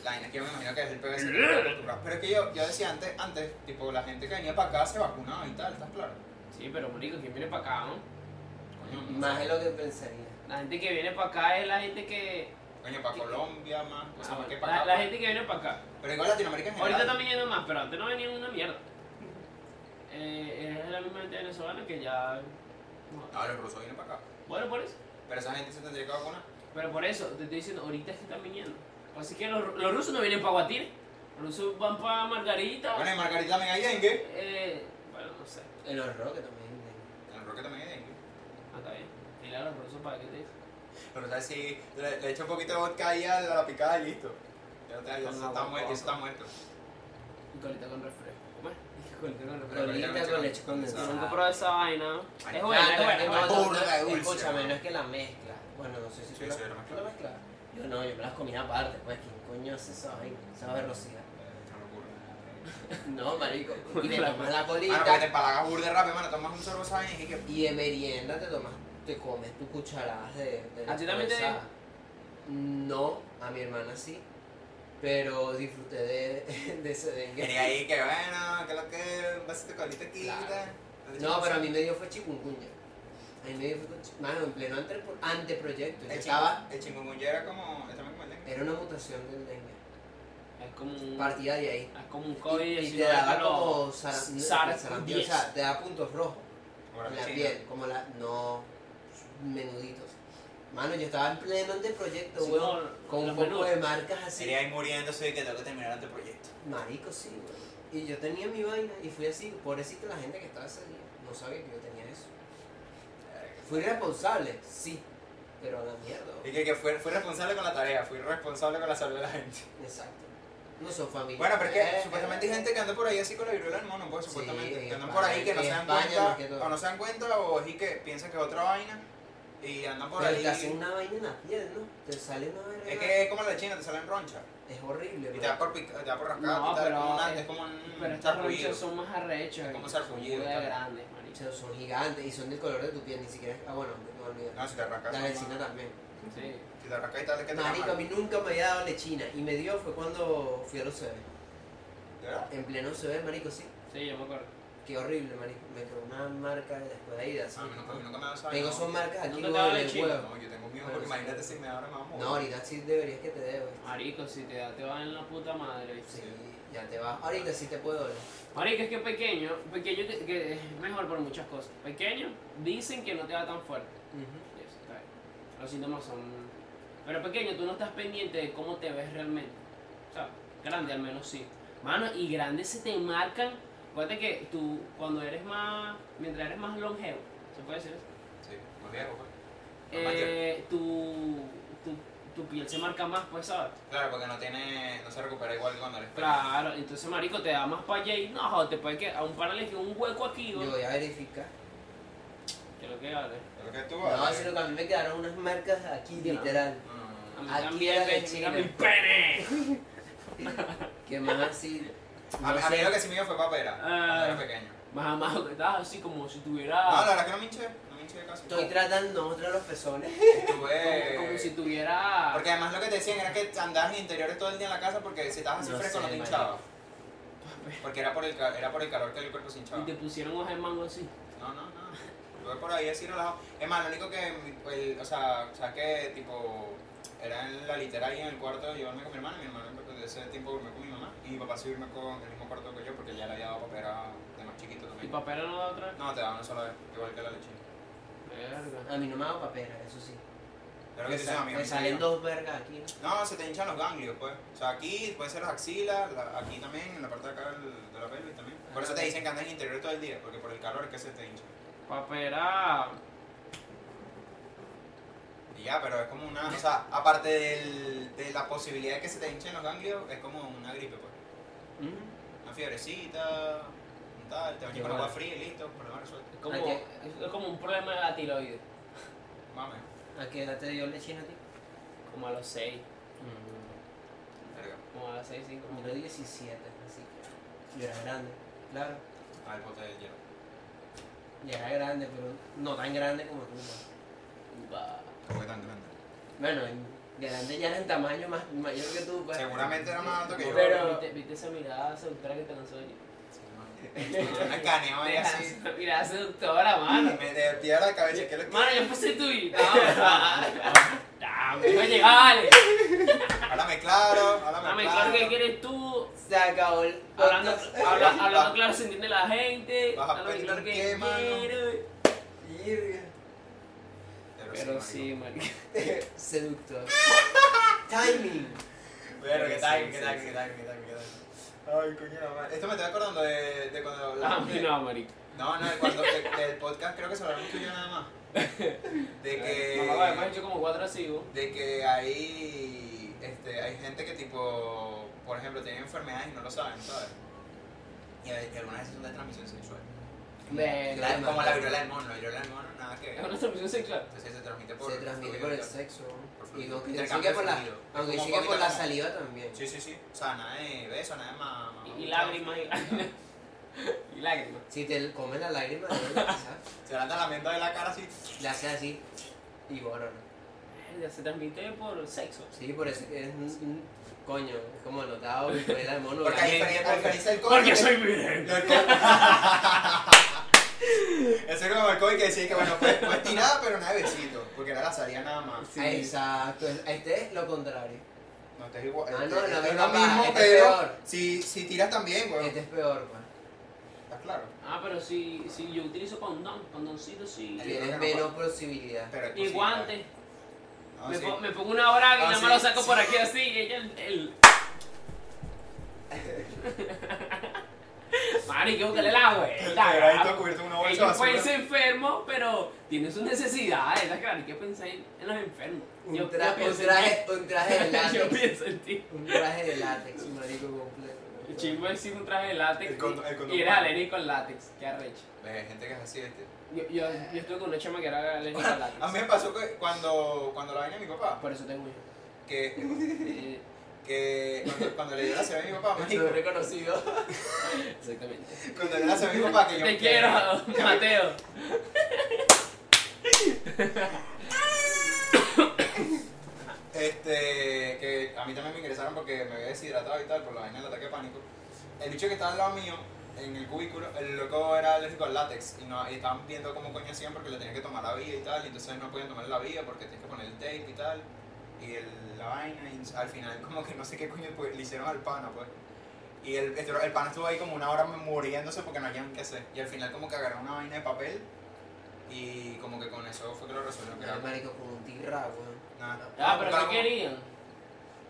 La vaina es que yo me imagino que es el PVC. que está acostumbrado. Pero es que yo, yo decía antes, antes, tipo, la gente que venía para acá se vacunaba y tal, ¿estás claro? Sí, pero marico, ¿quién viene para acá, no? Coño, Mm, no Más sé. de lo que pensaría. La gente que viene para acá es la gente que. Coño, para Colombia, más, o sea, Ah, más que bueno, para la, acá. la pues. gente que viene para acá. Pero igual Latinoamérica en general. Ahorita también yendo más, pero antes no venía una [LAUGHS] mierda. Eh, es la misma gente venezolana que ya. No, ah, los rusos vienen para acá. Bueno, por eso. Pero esa gente se tendría que vacunar. Pero por eso, te estoy diciendo, ahorita es que están viniendo. Así que los, los rusos no vienen para Guatire. Los rusos van para Margarita. Bueno, en Margarita también hay dengue. Eh, bueno, no sé. El horror que también. tengo. En el Roque también hay dengue. Ah, está bien. Dile a los rusos para que te dicen. Pero sabes si le, le echo un poquito de vodka ahí a la picada y listo. Ya está, ya Con eso agua, está con muerto, eso agua. está muerto. Y colita con refresco. ¿Cómo [LAUGHS] es? Dije colita con refresco. Pero ya Colita leche con leche condensada. Nunca condensada. Ah, he probado esa vaina. Ay, Es buena, es Claro, buena, es no, buena. no, Burda de no, dulce, Escúchame, ¿no? no es que la mezcla. Bueno, no sé Sí, si tú la, sí, la ¿tú mezcla. mezclas. Yo no, yo me las comía aparte, pues. ¿Quién coño hace esa vaina? Esa berrosía. Eh, Una locura. [LAUGHS] No, marico. Y te tomas la Mano, porque pues, te colita. empalagas burde rápido, mano. Tomas un sorbo esa vaina y dije que. Y de merienda te tomas, te comes tus cucharadas de, de ¿A ti también te condensada. No, a mi hermana sí. Pero disfruté de, [LAUGHS] de ese dengue. Quería ahí que bueno, que lo que. Un vasito de colita aquí. Claro. tal. No, pero a mí me dio fue chikungunya. A mí me dio fue, chi- mano, en pleno antrepo- anteproyecto. Yo El estaba, chingón, el chingungunya era como. Es también como el dengue. era una mutación del dengue. Es como un. Partida de ahí. Es como un Y, COVID. y te daba como sara- SARS sarampión, o sea, te da puntos rojos Como en la china. piel, como la, no, menuditos. Mano, yo estaba en pleno anteproyecto, Sí, weón, no, con un los poco menudos. de marcas así. Sería ahí muriéndose y que tengo que terminar este proyecto. Marico, sí, weón. Y yo tenía mi vaina y fui así, pobrecita la gente que estaba ese día, no sabía que yo tenía eso. Fui responsable, sí, pero a la mierda, weón. Y que, que fui, fui responsable con la tarea, fui responsable con la salud de la gente. Exacto. No son familia. Bueno, pero es que Eh, supuestamente hay gente que anda por ahí así con la viruela del mono, pues Sí, supuestamente. en Que andan España, por ahí que no en se dan España, más cuenta, que todo. o no se dan cuenta, o es y que piensan que es otra vaina, y andan por pero ahí. te hacen una vaina en la piel, ¿no? Te sale una verga. Es que es como la de China, te salen ronchas, es horrible. y te bro. da por, pica- te da por rascado, No, y te da pero- como una, eh, es como un Pero estas charrullido. ronchas son más arrechas. Es como y sarpullido, Son claro. muy grandes, marico. Son- Son gigantes y son del color de tu piel, ni siquiera. Ah, bueno, no olvides. No, si te rascas. la son lechina más- también. Sí. Si te rascas y tal, es que te Marico, da a mal. mí nunca me había dado lechina y me dio fue cuando fui al UCB. ¿De verdad? En pleno UCB, marico, sí. Sí, yo me acuerdo. Qué horrible, marico. Me quedó una marca después de ahí. Así Ah, A mí nunca, a mí nunca me ha dado Tengo son marcas No aquí, te huevón, acaba en de el chino, huevo. No, yo tengo miedo Pero porque sí. imagínate si me ahora mamón. No, ahorita sí deberías que te debo. Ah, Marico, si te da, te va en la puta madre. ¿viste? Sí, ya te vas. Ahorita sí te puedo doler. Marico, es que pequeño, pequeño que, que es mejor por muchas cosas. Pequeño, dicen que no te da tan fuerte. Yes, está bien. Los síntomas son... Pero pequeño, tú no estás pendiente de cómo te ves realmente. O sea, grande al menos sí. Mano, y grandes se te marcan. Acuérdate que tú, cuando eres más... Mientras eres más longevo, ¿se puede decir eso? Sí, más viejo, pues. Más mayor. Eh, tu, tu, tu piel se marca más, pues, ¿sabes? Claro, porque no tiene, no se recupera igual que cuando eres pequeño. Claro, entonces marico te da más para allá y no, joder, te puede que a un pana le quedó un hueco aquí, Yo güey. voy a verificar. Que lo que vale. Lo que tú No, haces. sino que a mí me quedaron unas marcas aquí, literal. No, no, no. A mí Aquí también era de me China. mi pene. Que más así. A, no a mí sé. lo que sí me dio fue papera, cuando Ah. era pequeño. Más más que estás así como si No, la tuviera. verdad que no me hinché, no me hinché casi. Estoy tratando de mostrar los pezones. Estuve- Como, como si tuviera. Porque además lo que te decían era que andabas en interiores todo el día en la casa porque si estabas así No fresco sé, no te marico. hinchaba. Porque era por el, ca- era por el calor que el cuerpo se hinchaba. Y te pusieron hojas de mango así. No, no, no. Estuve por ahí así relajado. Es más, lo único que, mi- el- o sea, ¿sabes qué? Tipo, era en la litera ahí en el cuarto yo dormía con mi hermana. Mi hermana en ese tiempo durmió con mi mamá. Y mi papá sí durmió con el mismo cuarto que yo porque ya le había dado papera de más chiquito Y también. papel no da otra. No, te daban una sola vez, igual que la leche. Verga. A mí no me hago papera, eso sí. Pero Me que te dicen sa- a mí, a mí me sí salen me dos vergas aquí. ¿no? No, se te hinchan los ganglios, pues. O sea, aquí puede ser las axilas, la- aquí también, en la parte de acá del- de la pelvis también. Por eso te dicen que andas en el interior todo el día, porque por el calor es que se te hincha. Papera. Y ya, pero es como una. O sea, aparte del- de la posibilidad de que se te hinchen los ganglios, es como una gripe, pues. Mm. Una fiebrecita, un tal, te bañas con agua fría y listo, problema resuelto. Es como, Aquí- es como un problema de la tiroides. Mames, ¿A qué edad te dio lechina a ti? Como a los 6. Mm. verga. Como a los 6, 5. Yo era 17, así que. Yo era grande, claro. Ah, el bote del hielo. Ya era grande, pero no tan grande como tú. ¿no? Tampoco es tan grande. Bueno, en- grande ya era en tamaño más, mayor que tú. pues. Seguramente era más alto que yo. Pero- ¿Viste, viste esa mirada seductora que te lanzó allí? Una escaneo [LAUGHS] ahí así. Esa mirada seductora, mano. Me de- tira la cabeza, ¿qué le Mano, yo pasé tu [LAUGHS] vida. Oye, vale. Háblame claro, háblame Dame claro. claro que quieres tú. Se acabó el. Hablando, podcast. habla- Vas- hablando claro se entiende la gente. vas a Háblame claro aprender que qué, mano. quiero. Virga. Pero sí, marico. [LAUGHS] Seductor. Timing. Pero qué tal, Sí, qué sí, tal, sí. qué tal, qué tal, qué tal. Ay, coño, la madre. Esto me estoy acordando de, de cuando A hablamos. mí de- no, marico. no, no, de cuando, de- del podcast creo que se hablamos tú y yo nada más. [LAUGHS] De Mamá, además he que. hecho como cuatro así, ¿no? De que hay. Este, hay gente que, tipo. Por ejemplo, tiene enfermedades y no lo saben, ¿sabes? Y, a- y algunas veces son de transmisión sexual. Verga. Claro. Como la viruela del mono. La viruela del mono, nada que Es ver. una transmisión sexual. Entonces se transmite por. Se transmite por el fluido. sexo. Por Y fluido. aunque dicen Intercambio que por la, fluido. aunque Como dicen que por poquito la como- saliva también. Sí, sí, sí. O sea, nada de beso, nada de más. Y, y lágrimas. [LAUGHS] Y, y lágrimas. Si te comen la lágrima, [LAUGHS] ¿sabes? Se levanta la menta de la cara así. le haces así y borran. Verga, Se transmite por sexo. Sí, por eso que es un, un- coño, es como notado, viruela de mono. Porque ahí ¿verdad? diferencia diferencia el COVID. Porque soy virgen. Lo del COVID. [LAUGHS] Eso es como el COVID que decía que bueno, pues, pues tirada, pero nada de besito. Porque era la salida nada más. Ah, Exacto, este es lo contrario. No te es igual. Ah, este- no, no, este no, es no, lo mismo, este es pero peor. si, si tiras también, güey. Este es peor, man. ¿Estás claro? Ah, pero si, si yo utilizo condón, condoncito sí. Yo creo Tienes que no menos posibilidad. Pero es Y posible. guantes. No, me, Ah, sí. [LAUGHS] po- me pongo una braga y Ah, nada más sí, lo saco sí. por aquí así y ella el... el... [LAUGHS] Mari, que buscarle la Pero ahí está vuelta. cubierto en una bolsa de Ellos pueden basura. ser enfermos, pero tienen sus necesidades, ¿verdad? Claro, hay que pensar en en los enfermos. Un, Yo- tra- yo un pienso en traje, un traje de ti. [LAUGHS] Yo látex. pienso en ti. un traje de látex, un marico completo. El chingo es un traje de látex El condo- el y- condón y era blanco. alérgico al látex. Qué arrecho. Ve, gente que es así, este. Yo, yo, yo estuve con una chama que era alérgica al látex. A mí me pasó que cuando, cuando la vaina de mi papá, Por eso tengo yo. que, que Eh, cuando, cuando le dio la cebada a mi [LAUGHS] papá, marico, Lo he reconocido. [LAUGHS] Exactamente. Cuando le das a mi papá Ah, que yo. Te que- quiero, que- Mateo. Este. Que a mí también me ingresaron porque me había deshidratado y tal por la vaina del ataque de pánico. El bicho que estaba al lado mío en el cubículo, el loco era alérgico al látex y, no, y estaban viendo cómo coño hacían porque le tenían que tomar la vía y tal, y entonces no podían tomar la vía porque tenían que poner el tape y tal, y el- la vaina, y al final como que no sé qué coño pues, le hicieron al pana, pues. Y el, el, el pana estuvo ahí como una hora muriéndose porque no habían qué hacer, y al final como que agarraron una vaina de papel y como que con eso fue que lo resolvieron. que era- Ay, marico, con un tirra, weón. Nada. Ah, pero Pero ¿qué querían?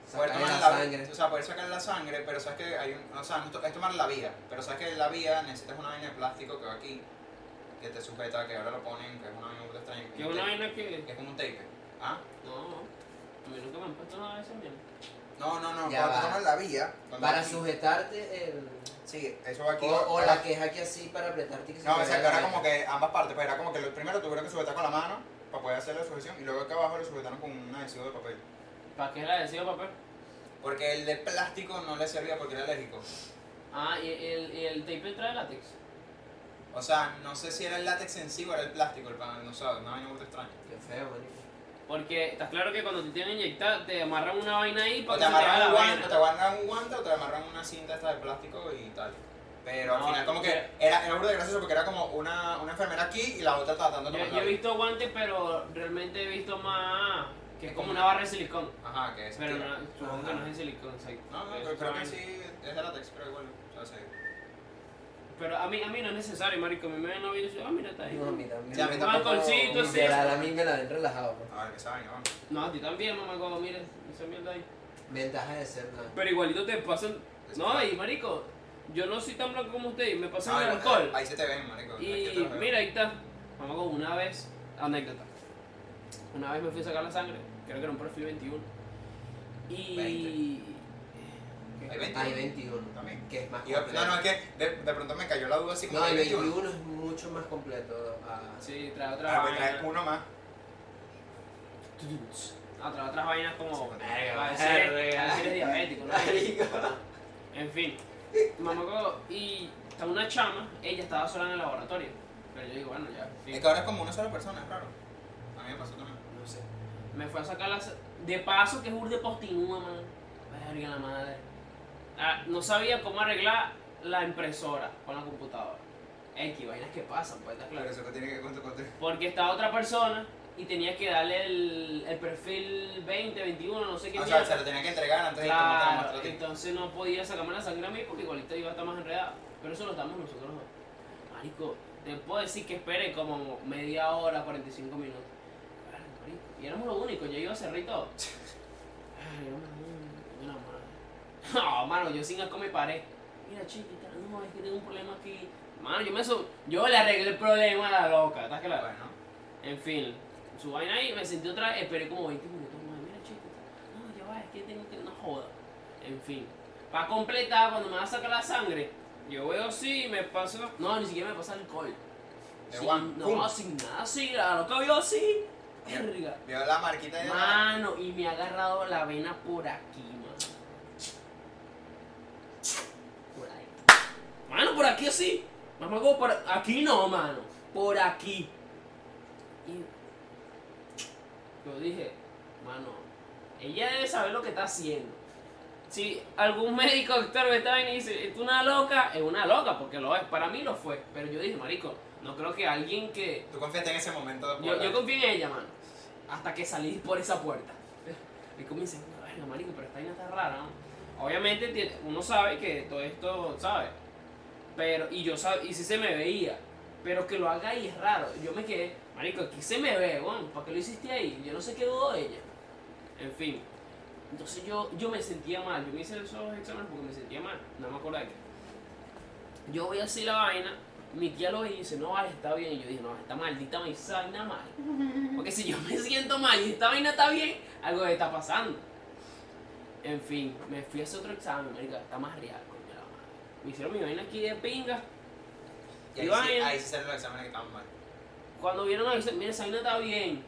Poder Sacar tomar la la, sangre. O sea, poder sacar la sangre, pero sabes que hay un. O sea, no to- es tomar la vía, pero sabes que la vía necesitas una vaina de plástico que va aquí, que te sujeta, que ahora lo ponen, que es una vaina muy extraña. Que un una tape, vaina que. que es como un tape. ¿Ah? No, a mí nunca me han puesto nada de eso mierda. No, no, no, Ya cuando va. tomas la vía. cuando Para aquí- sujetarte el... Sí, eso va aquí. O, o ahora- la que es aquí así para apretarte. y Que se No, te exacto, vea la era como cabeza. que ambas partes, pues era como que lo primero tuvieron que sujetar con la mano para poder hacer la sujeción y luego acá abajo lo sujetaron con un adhesivo de papel. ¿Para qué era adhesivo papel? Porque el de plástico no le servía porque era alérgico. Ah, y el, y el tape trae látex. O sea, no sé si era el látex en sí o era el plástico, el pan, no sabes, una vaina muy extraña. Qué feo, marico. Porque está claro que cuando te tienen inyectar, te amarran una vaina ahí O para te que se te haga amarran la un guante, o te vaina. amarran un guante o te amarran una cinta esta de plástico y tal. Pero al No, final como que mira. era, era burda de gracioso porque era como una, una enfermera aquí y la otra tratando de Yo, tomar yo he la- visto guantes, pero realmente he visto más. que es Es como como- una barra de silicón. Ajá, que es. Pero tira. no, supongo que Ajá. no es de silicón, exacto. no, no, Es pero creo una que vaina. sí es de látex, pero igual. O sea, sí. Pero a mí, a mí no es necesario, marico. A mí me ven la vida y yo, ah, mira, está ahí. No, a mí también. Sí, a mí Un tampoco- balconcito, sí. Literal, a mí me la ven relajado. pues. bro. A ver, que saben, vamos. No, a ti también, mamá, como mira esa mierda ahí. Ventaja de ser blanco. Pero igualito te pasan. Es No, claro. y marico, yo no soy tan blanco como usted, y me pasan Ah, el ahí- alcohol. Ahí se te ven, marico. aquí te Y los veo. mira, ahí está. Mamá, con una vez, anécdota. Una vez me fui a sacar la sangre, creo que era un perfil 21. Y. Hay 20. Hay 21 También. que es más Y de- completo. no, no, es que de, de pronto me cayó la duda así como No, que el 21. 21 es mucho más completo. ah, Sí, trae otras Ah, pues traes vainas. uno más. Ah, trae otras vainas como. Sí, Va a decir- va a decir diabético, ¿no? En fin, mamá, con- y está una chama, ella estaba sola en el laboratorio. Pero yo digo, bueno, ya. en fin. Es que ahora es como una sola persona, es raro. A mí me pasó también. No sé. Me fue a sacar las. De paso, que es urde postinúa, man. Verga la madre. Ah, no sabía cómo arreglar la impresora con la computadora. X, vainas que pasan, pues está Pero claro. eso te tiene que contar contigo. Porque estaba otra persona y tenía que darle el, el perfil 20, 21, no sé qué. O sea, mierda. se lo tenía que entregar antes de que como te lo Claro, mostró a ti. entonces no podía sacarme la sangre a mí porque igualito iba a estar más enredado. Pero eso lo estamos nosotros dos. Marico, te puedo decir que esperé como media hora, 45 minutos. Verga, marico. Y éramos los únicos, yo iba a cerrar y todo. Ay, éramos los únicos, coño, la madre. No, mano, yo sin asco me paré. Mira, chiquita, no, es que tengo un problema aquí. Mano, yo me so- yo le arreglé el problema a la loca, ¿estás claro? Bueno, En fin, su vaina ahí, me sentí otra vez, esperé como 20 minutos más. Mira, chico, no, ya va, es que tengo que. No joda. En fin, para completar, cuando me va a sacar la sangre, yo veo sí y me paso. No, ni siquiera me pasa alcohol. de Sin- Juan. no, pum. sin nada, así, a lo que vio así. Verga. Veo la marquita de Ah. la... Mano, y me ha agarrado la vena por aquí, mano. Por ahí. Mano, por aquí así. Mamá, como por aquí no, mano. Por aquí. Y yo dije, mano, ella debe saber lo que está haciendo. Si algún médico, doctor, me está viendo y dice, es una loca, es una loca, porque lo es. Para mí lo fue. Pero yo dije, marico, no creo que alguien que Tú confías en ese momento. de yo, poder- yo confié en ella, mano. Hasta que salí por esa puerta. Y como dice, verga, marico, pero esta vaina está rara, ¿no?". Obviamente tiene- uno sabe que todo esto, ¿sabes? Pero, y yo sabía, y si se me veía. Pero que lo haga ahí es raro. Yo me quedé, marico, aquí se me ve, weón. ¿Para qué lo hiciste ahí? Yo no sé qué dudó ella. En fin. Entonces yo, yo me sentía mal. Yo me hice esos exámenes porque me sentía mal. No me acuerdo de qué. Yo voy así la vaina. Mi tía lo ve y dice, no, vale, está bien. Y yo dije, no, esta maldita me hizo esa vaina mal. Porque si yo me siento mal y esta vaina está bien, algo está pasando. En fin, me fui a hacer otro examen, marica, está más real, coño la madre. Me hicieron mi vaina aquí de pinga. Y ahí, Iván, sí, eh. ahí sí salen los exámenes que estaban mal. Cuando vieron a dicen, mira, esa vaina está bien.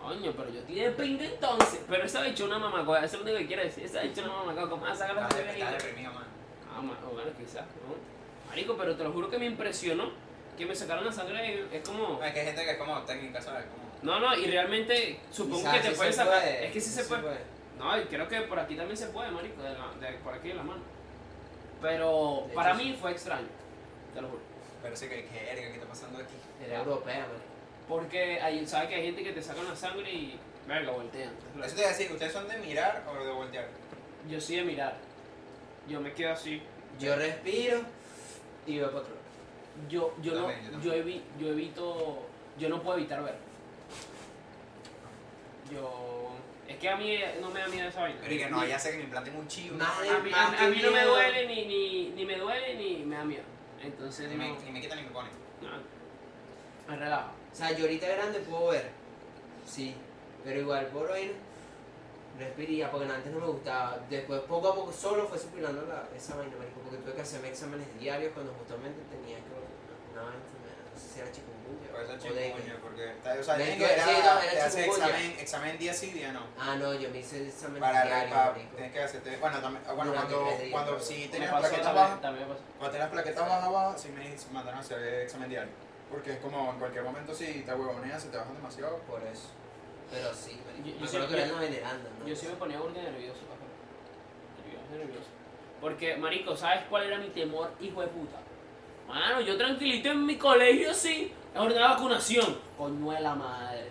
Coño, pero yo tiré de pinga entonces. Pero esa bicha es una mamacoa, eso es lo único que quiero decir. Esa bicha es una mamacoa, ¿cómo vas a sacar la Estaba sangre? estaba deprimido, mano. Ah, ma- o bueno, quizás, ¿no? Marico, pero te lo juro que me impresionó que me sacaron la sangre. Es como. No, es que hay gente que es como técnica, ¿sabes? Como... No, no, y realmente supongo Quizás que te sí se pueden sacar. puede, Es que sí se puede. No, y creo que por aquí también se puede, marico, de la- de- por aquí de la mano. Pero De para hecho, mí fue extraño. te lo juro. Pero sí que, que erga, ¿qué está pasando aquí? Era europea, man. Porque hay, sabes que hay gente que te saca la sangre y, verga, voltean. Eso te iba a decir, ¿ustedes son de mirar o de voltear? Yo sí de mirar. Yo me quedo así. Yo respiro y veo para otro lado. Yo, yo, no, También, yo yo, también. evi- yo evito, yo no puedo evitar ver. Yo, es que a mí eh, no me da miedo esa vaina. Pero y que no, allá sé que me implanten un chivo. Más A mí, a- Más a que mí no me miedo. duele, ni, ni, ni me duele, ni me da miedo. Entonces, Ni no, me, ni me quitan ni me ponen. no, me relajo. O sea, yo ahorita grande puedo ver. Sí. Pero igual, por hoy respiría, porque antes no me gustaba. Después, poco a poco, solo fue supilando la, esa vaina, marico, porque tuve que hacerme exámenes diarios cuando justamente tenía que una una enfermedad. No sé si era chikungunya. Por eso o es chikungunya, dengue. porque... O sea, Ven, tienen yo- que ver a- sí, no, era te hace chikungunya. examen, examen día sí, día no. Ah, no, yo me hice exámenes Para, eh. diarios, para marico. tienes que hacerte... Bueno, también, ah, bueno Durante cuando, tres días, cuando pero- sí Me tenías pasó plaquetas también, bajas, también me pasó. cuando tenías plaquetas bajas abajo, sí me mandaron a hacer examen diario. Porque es como en cualquier momento si te huevoneas, se te bajan demasiado. Por eso. Pero sí, marico. Yo- yo me sí- acuerdo que yo- era en la veneranda, ¿no? Yo sí me ponía burde nervioso, papá. Nervioso, nervioso. Porque, marico, ¿sabes cuál era mi temor, hijo de puta? Mano, yo tranquilito en mi colegio, sí. La orden de vacunación. Coño de la madre.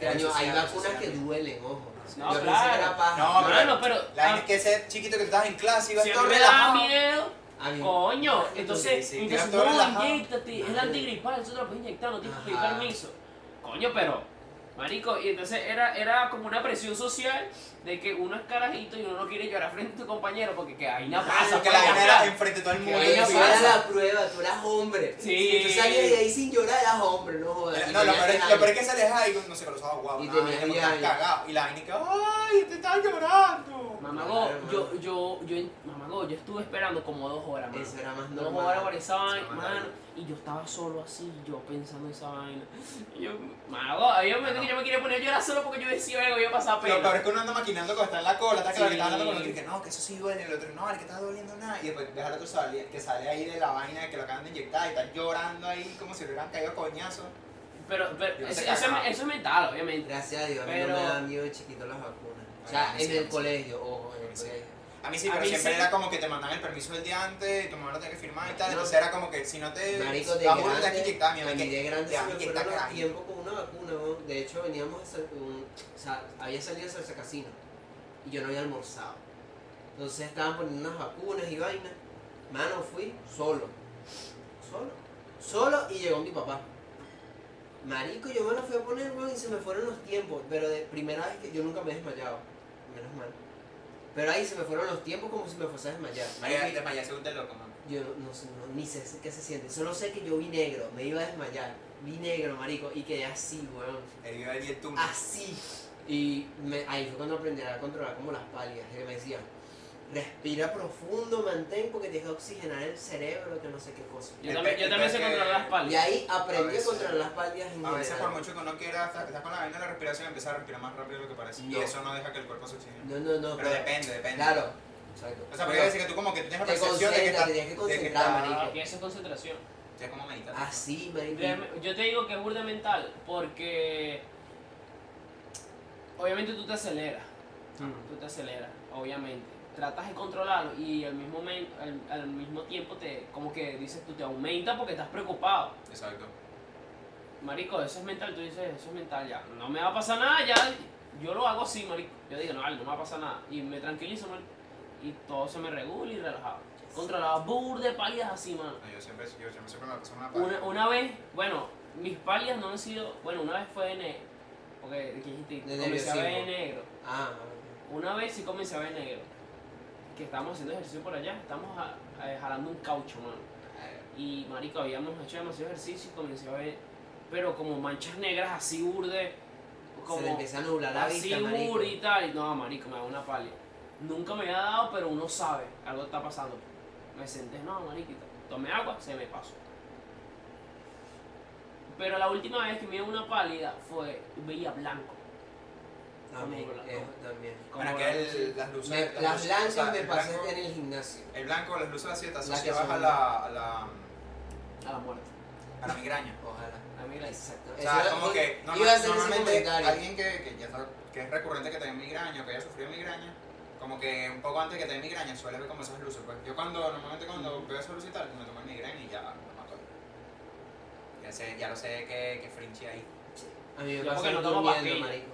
Coño, Eso sí, hay eso sí, vacunas sí. que duelen, ojo. No, yo pensé claro. que era paja. No, pero- Mano, pero. Ah. La a- vaina es que ese chiquito que estás en clase iba si a todo mí me da relajado. miedo, A mí- coño. Sí, Entonces, sí, entonces quedas todo no, relajado. inyectate. Es el Madre. antigripal, eso te lo puedes inyectar, no tienes que pedir Ajá. permiso. Coño, pero. Marico, y entonces era, era como una presión social de que uno es carajito y uno no quiere llorar frente a tu compañero porque que ahí no Ajá, pasa. Porque pues, Ah, la vaina claro. era enfrente de todo el Que mundo. Ahí vaya no Sí, pasa. a la prueba, tú eras hombre. Sí. Si tú salías de ahí sin llorar, eras hombre, no jodas. Eh, No, lo Tenías peor, es, que- lo peor es que se les y no sé, con los ojos guau, Y nada, tenía y como ya, estás ya. cagado. Y la vaina que, ay, te estás llorando. Mamago, Claro, yo, mano. yo, yo, mamago, yo estuve esperando como dos horas, mano. Eso era más Dos normal. horas por esa vaina, manda mano. bien. Y yo estaba solo así, yo pensando en esa vaina. Y yo, mamago, había un momento que yo me quería poner a llorar solo porque yo decía, algo, yo pasaba Lo peor es pena. que uno anda maquinando cuando está en la cola, está que la Sí. que está hablando con el otro y que no, que eso sí duele, el otro no, el que está doliendo nada. Y después ves al otro salir- que sale ahí de la vaina que lo acaban de inyectar y está llorando ahí como si le hubieran caído coñazo. Pero, pero Yo eso, te eso es, cagaba. eso es mental, obviamente. Gracias a Dios, a mí Pero- no me dan miedo de chiquito las vacunas. O sea, Ah, sí, en el sí. colegio, ojo, en el Sí. colegio. A mí sí, A pero mí siempre sí. era como que te mandaban el permiso el día antes, y tu mamá lo tenía que firmar y tal. No. Entonces era como que si no te. Marico, de la burla te has grande, inyectado, mi a mamá, mí que de grande te se has me inyectado fueron los carajito. tiempos con una vacuna, weón. De hecho, veníamos a sal- un- o sea, había salido Salsa Casino y yo no había almorzado. Entonces estaban poniendo unas vacunas y vainas. Mano, fui solo. Solo. Solo y llegó mi papá. Marico, yo me la fui a poner, weón, y se me fueron los tiempos. Pero de primera vez que yo nunca me he desmayado. Menos mal. Pero ahí se me fueron los tiempos como si me fuese a desmayar. Marico, María, y- te mayaste este un loco, mamá. yo no, no sé, no- ni sé qué se siente. Solo sé que yo vi negro, me iba a desmayar. Vi negro, marico, y quedé así, weón. El viva el tumbo. Así. Y me- ahí fue cuando aprendí a controlar como las pálidas. Que me decían, respira profundo, mantén porque tienes que oxigenar el cerebro, que no sé qué cosa. Yo El también, pe- yo el también pe- sé que- controlar las Y palmas. ahí aprendí A a, veces- controlar las pálidas en A veces, por general. mucho que uno quiera, hasta que estás con la vaina de la respiración, empiezas a respirar más rápido de lo que parece. Y No. eso no deja que el cuerpo se oxigene. No, no, no. Pero depende, depende. Claro. O Exacto. sea, porque Pero hay veces que tú como que tienes la te percepción de que concentras, estás. te tienes de que que concentrar, estás- marico. Ah. Y eso es concentración. Es como meditar. Así, marico. Realme- Yo te digo que es burda mental porque obviamente tú te aceleras. Mm. Tú te aceleras, obviamente. Tratas de controlarlo y al mismo, men- al, al mismo tiempo te, como que dices, tú te aumenta porque estás preocupado. Exacto. Marico, eso es mental, tú dices, eso es mental, ya. No me va a pasar nada, ya. Yo lo hago así, marico. Yo digo, no, vale, no me va a pasar nada. Y me tranquilizo, marico. Y todo se me regula y relajado. Controlaba burde pálidas así, mano. No, yo siempre, yo siempre, siempre me la paso en una Una, paja. una vez, bueno, mis palias no han sido. Bueno, una vez fue de negro. Porque ¿qué dijiste, De comencé a ver de nerviosismo. negro. Ah, Una vez sí comencé a ver negro. Que estábamos haciendo ejercicio por allá, estábamos a- a- jalando un caucho, mano. Y marico, habíamos hecho demasiado ejercicio y comencé a ver. Pero como manchas negras así urde. Como se le empieza a nublar la así vista, marico. urde y tal. y No, marico, me da una palia. Nunca me había dado, pero uno sabe, algo está pasando. Me senté, no, mariquita. Tomé agua, se me pasó. Pero la última vez que me dio una pálida fue, veía blanco. También, Como- eh, también. como Bueno, que blanco, el, sí. las luces. Me- las luces, o sea, blancas me el pasé blanco- en el gimnasio. El blanco, las luces así, te Las asocias que son a la, a la, A la muerte. a la migraña. Ojalá. A mí la Exacto. O sea, como que norma- iba a hacer ese normalmente comentario. alguien que, que ya está- que es recurrente que tenga migraña o que haya sufrido migraña, como que un poco antes de que tenga migraña suele ver como esas luces. Pues yo cuando, normalmente cuando veo esas luces y tal, me tomo el migraña y ya. Ya, sé, ya lo sé que, que fringe ahí. A mí me Yo pasa porque no tomo durmiendo, pastillas. marico.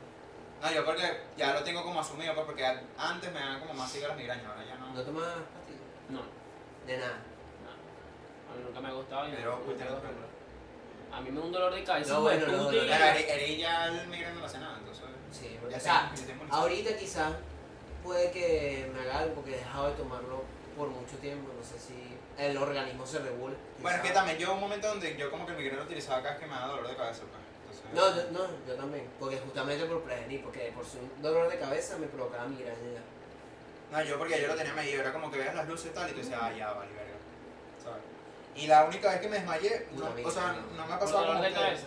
No, yo porque ya lo tengo como asumido, pues porque al- antes me daban como más cigarros migrañas, ahora ya no. No tomas pastillas. No, no. De nada. A mí nunca me ha gustado. y Pero, no- uy, tenés no- problema. A mí me da un dolor de cabeza. No, hijo de bueno, los puta, y- Pero dolores- Eri Eri ya el migraña no lo hace nada, entonces. Sí, Ya o sé, sea, ya tengo una- ahorita quizás puede que me haga algo porque he dejado de tomarlo por mucho tiempo. No sé si el organismo se regula. Bueno, es que quizás. también yo hubo un momento donde yo como que el migraña lo utilizaba acá es que me da dolor de cabeza, pues. Entonces, No, yo, no, yo también. Porque justamente por prevenir, porque por su dolor de cabeza me provocaba migraña ya. No, yo porque yo lo tenía medido, era como que veas las luces y tal, y tú decías, ah, ya, vale, verga. ¿Sabes? Y la única vez que me desmayé, no, Una o sea, vez, no me ha por pasado dolor como de ustedes. cabeza.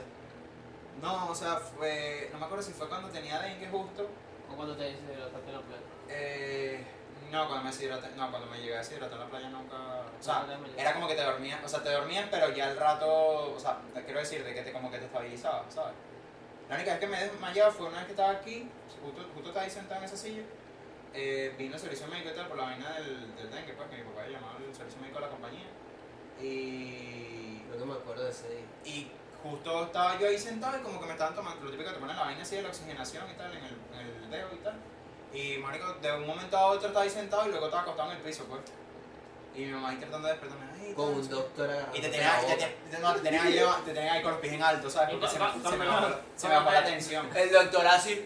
No, o sea, fue, no me acuerdo si fue cuando tenía dengue justo. O cuando te deshidrataste en la playa. Eh, no, cuando me deshidraté, no, cuando me llegué a deshidratar en la playa nunca. O sea, Nunca te era como que te dormías, o sea, te dormías, pero ya al rato, o sea, te quiero decir, de que te como que te estabilizaba, ¿sabes? La única vez que me he desmayado fue una vez que estaba aquí, justo, justo estaba ahí sentado en esa silla. Eh, vino el servicio médico y tal por la vaina del, del dengue, pues que mi papá había llamado al servicio médico de la compañía. Y Creo que me acuerdo de ese día. y justo estaba yo ahí sentado y como que me estaban tomando, lo típico que te ponen la vaina así de la oxigenación y tal, en el, en el dedo y tal. Y marico, de un momento a otro estaba ahí sentado y luego estaba acostado en el piso, pues. Y mi mamá ahí tratando de despertarme. "Ay, Con tal, un sí". doctor agarrado. Y te tenían ahí, te tenían- no, te tenían ahí, te tenían ahí con los pies en alto, ¿sabes? Porque se me, se me bajó, la- se me bajó la eh, atención. El doctor así.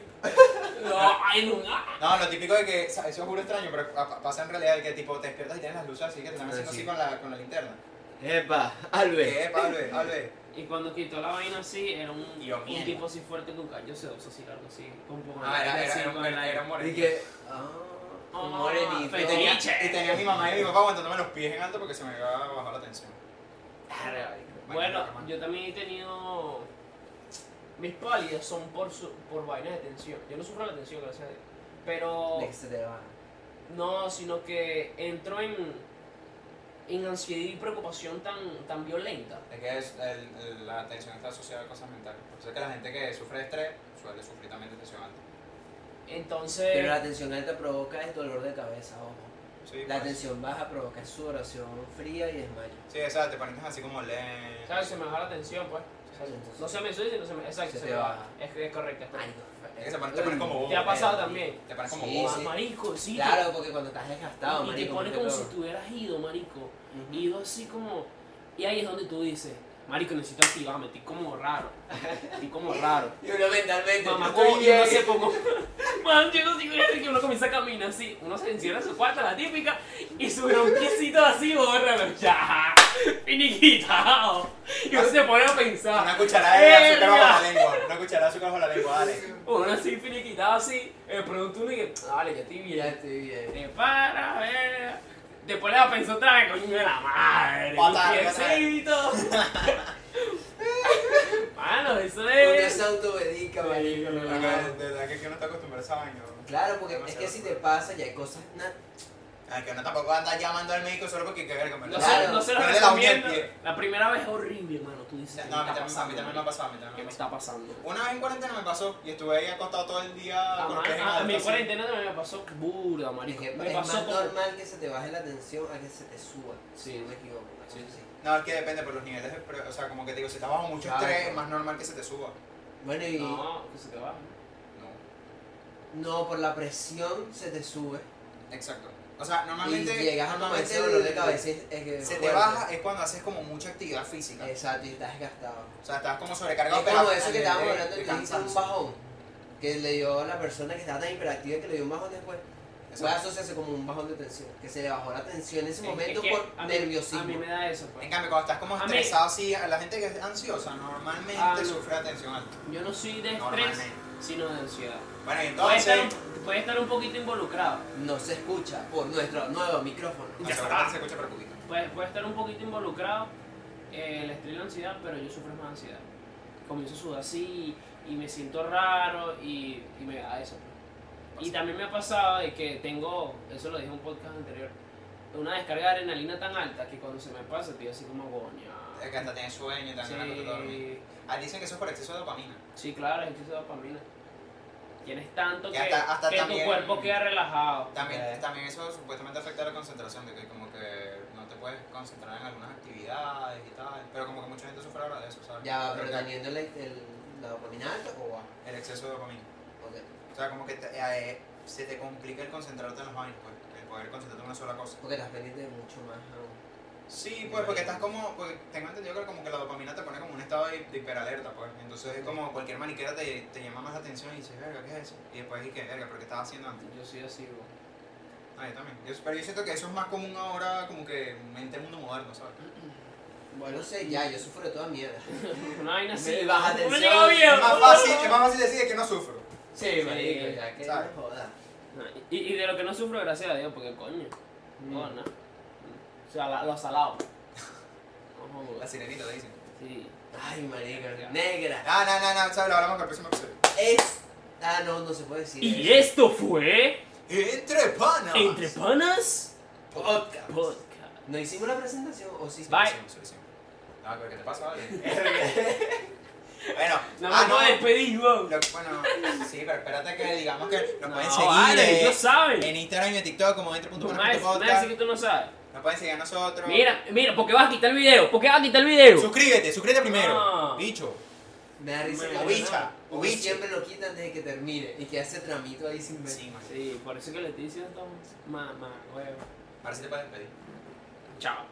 No, ay, no, ah. No, lo típico de que, o sea, eso es puro extraño, pero pa- pasa en realidad de que tipo te despiertas y tienes las luces así que te están haciendo así con la, con la linterna. Epa, Albert. ¿Qué, Pablo? Alve? Y cuando quitó la vaina así, era un, Y yo, un mierda. tipo así fuerte con callos sedoso, así largo, así, con pomada. Ah, era, así, era, con era, era, aire. un moreno. Y que. Ah, Ah, un morenito. Y pero- tenía, Fetiche. y tenía a mi mamá y a mi papá aguantándome los pies en alto porque se me iba a bajar la tensión. Verga. Bueno, Bueno, normal. yo también he tenido. Mis pálidas son por, su- por vainas de tensión. Yo no sufro la tensión, gracias a Dios. Pero. De que se te baja. No, sino que entro en. En ansiedad y preocupación tan, tan violenta. Es que es- el- el- la tensión está asociada a cosas mentales. Por eso es que la gente que sufre de estrés suele sufrir también de tensión alta. Entonces. Pero la tensión alta provoca es dolor de cabeza, ojo. Sí, La pues. tensión baja provoca sudoración fría y desmayo. Sí, o sea, te pones así como lento. ¿Sabes? Se me baja la tensión, pues. No se me sube, sino se me. Exacto, Se se, te me baja. baja. Es, es correcto. es correcto. Es que se pone- te pones como bobo. ¿Te ha pasado Pero, también? Te pones como Sí, bobo. Ah, Marico, sí. Claro, porque cuando estás desgastado, y marico. te pones mucho como si peor. estuvieras ido, marico. Ujú. Ido así como. Y ahí es donde tú dices, marico, necesito activarme, estoy como raro. Estoy como [LAUGHS] raro. Y uno mentalmente. Mamá, yo estoy como yo no [LAUGHS] bien. sé poco. Man, yo no sé cómo es que uno comienza a caminar así. Uno se encierra en su cuarto, la típica, y sube un piecito así, bórralo. Ya, finiquitao. Y uno se pone a Una pensar. cucharada de azúcar Verga. bajo la lengua. Una cucharada de azúcar bajo la lengua, dale. Uno así, finiquitado así. De pronto uno dice, Ah, vale, ya estoy Ya bien. estoy bien. Te para, ver. Después le va a pensar otra vez, coño de la madre. Otra Un vez, otra vez. [LAUGHS] piecito. Mano, eso Uno es. se autobedica, marico. Sí. Porque relajado. de verdad que es que uno está acostumbrado a esa vaina. ¿no? Claro, porque es Demasiado que si te cruel. pasa ya hay cosas na- Ay, que uno tampoco anda llamando al médico solo porque que verga, me No, Claro. se, no se lo Pero de la uña al recomiendo. La primera vez es horrible, hermano. Tú dices, No, a mí ¿qué también a mí también me ha pasando? pasado, a mí también me ¿Qué ha me pasado. está pasando? Una vez en cuarentena me pasó y estuve ahí acostado todo el día Ah, con man, los pies en ah, a alto, mí en así. cuarentena también me pasó burda, Es marico. que Me es más pasó como... normal que se te baje la tensión a que se te suba. Sí. Si no me equivoco. una Sí, cosa sí. así. No, es que depende por los niveles de pre- O sea, como que te digo, si estás bajo mucho Claro. estrés, es más normal que se te suba. Bueno, y no. No, que se te baja. No. por la presión se te sube. Exacto. O sea, Y normalmente. llegas a tomar normalmente ese dolor de el- cabeza. Es es que Se te fuerte. baja es cuando haces como mucha actividad física. Exacto, y estás desgastado. O sea, estás como sobrecargado. es como a- eso a que nivel eh, estábamos de- hablando, de que le hizo un cansancio. bajón. Que le dio a la persona que estaba tan hiperactiva que le dio un bajón después. Puede Exacto. asociarse como un bajón de tensión. Que se le bajó la tensión en ese Es- momento es que por a mí- nerviosismo. A mí me da eso, En pues. cambio, cuando estás como A mí- estresado, así, la gente que es ansiosa normalmente Ah, no. sufre atención alta. Yo no soy de estrés, Normalmente. sino de ansiedad. Bueno, y Puede estar, entonces. un, puede estar un poquito involucrado. No se escucha por nuestro nuevo micrófono. No, Ya seguramente está. se escucha perjudicado. Puede, puede estar un poquito involucrado eh, el estrés y la ansiedad, pero yo sufro más ansiedad. Comienzo a sudar así y me siento raro y, y me da eso. Y también me ha pasado de que tengo, eso lo dije en un podcast anterior, una descarga de adrenalina tan alta que cuando se me pasa estoy así como Es goña. que hasta tienes sueño y también Eh, no te dormir. Sí, Ah, dicen que eso es por exceso de dopamina. sí, claro, es exceso de dopamina. Tienes tanto Que que, hasta- hasta que tu también- cuerpo queda relajado. También, Eh. también eso supuestamente afecta a la concentración, de que como que no te puedes concentrar en algunas actividades y tal, pero como que mucha gente sufre ahora de eso, ¿sabes? Ya, Creo pero que teniendo el, el, la dopamina alta o baja. El exceso de dopamina. Ok. O sea, como que te- eh, se te complica el concentrarte en los vainas, pues, el poder concentrarte en una sola cosa. Porque estás pendiente de mucho más aún. Sí, pues porque estás como, porque tengo entendido que como que la dopamina te pone como un estado de, de hiperalerta, pues. Entonces es como cualquier maniquera te, te llama más la atención y dices, verga, ¿qué es eso? Y después dices, verga, ¿pero qué estabas haciendo antes? Yo soy así, bro. Ah, yo también. Yo- pero yo siento que eso es más común ahora, como que en el mundo moderno, [LAUGHS] ¿sabes? Bueno, no sé, ya, yo sufro de toda mierda. [LAUGHS] Una vaina así. Me baja ¡Me tensión, llegó bien! Es más fácil, es más fácil decir de que no sufro. Sí, marico, marico, ya que ¿sabes? no joda. Y, y de lo que no sufro, gracias a Dios, porque coño. Mm. No, no. O sea, la- los salados. No La jodas. sirenita le dicen. Sí. Ay, marica, Ya. negra. Ah, no, no, no, ¿sabes? Lo hablamos para el próximo episodio. Es. Ah, no, no se puede decir. Y eso. esto fue Entre panas. Entre Panas Podcast. Podcast. ¿No hicimos la presentación o sí? Bye. Ah, pero ¿qué te pasa, vale? bueno, [LAUGHS] No ah, me no. pues. puedo despedir, bro. Lo- bueno, sí, pero espérate que digamos que nos No, pueden seguir vale, eh, ellos saben. en Instagram y en TikTok como Tú me vas- me vas a entre.panas.podcast. decir que tú no sabes. Nos pueden seguir a nosotros. Mira, mira, porque vas a quitar el video. Porque vas a quitar el video. Suscríbete, suscríbete primero. No. Bicho. [LAUGHS] Me da risa. Bueno, que bicha, no, porque bicha. siempre lo quitan desde que termine y que hace tramito ahí sin ver. Sí, man. Sí, por eso que le estoy diciendo a Mamá, huevo. Ahora sí te puedes despedir. Chao.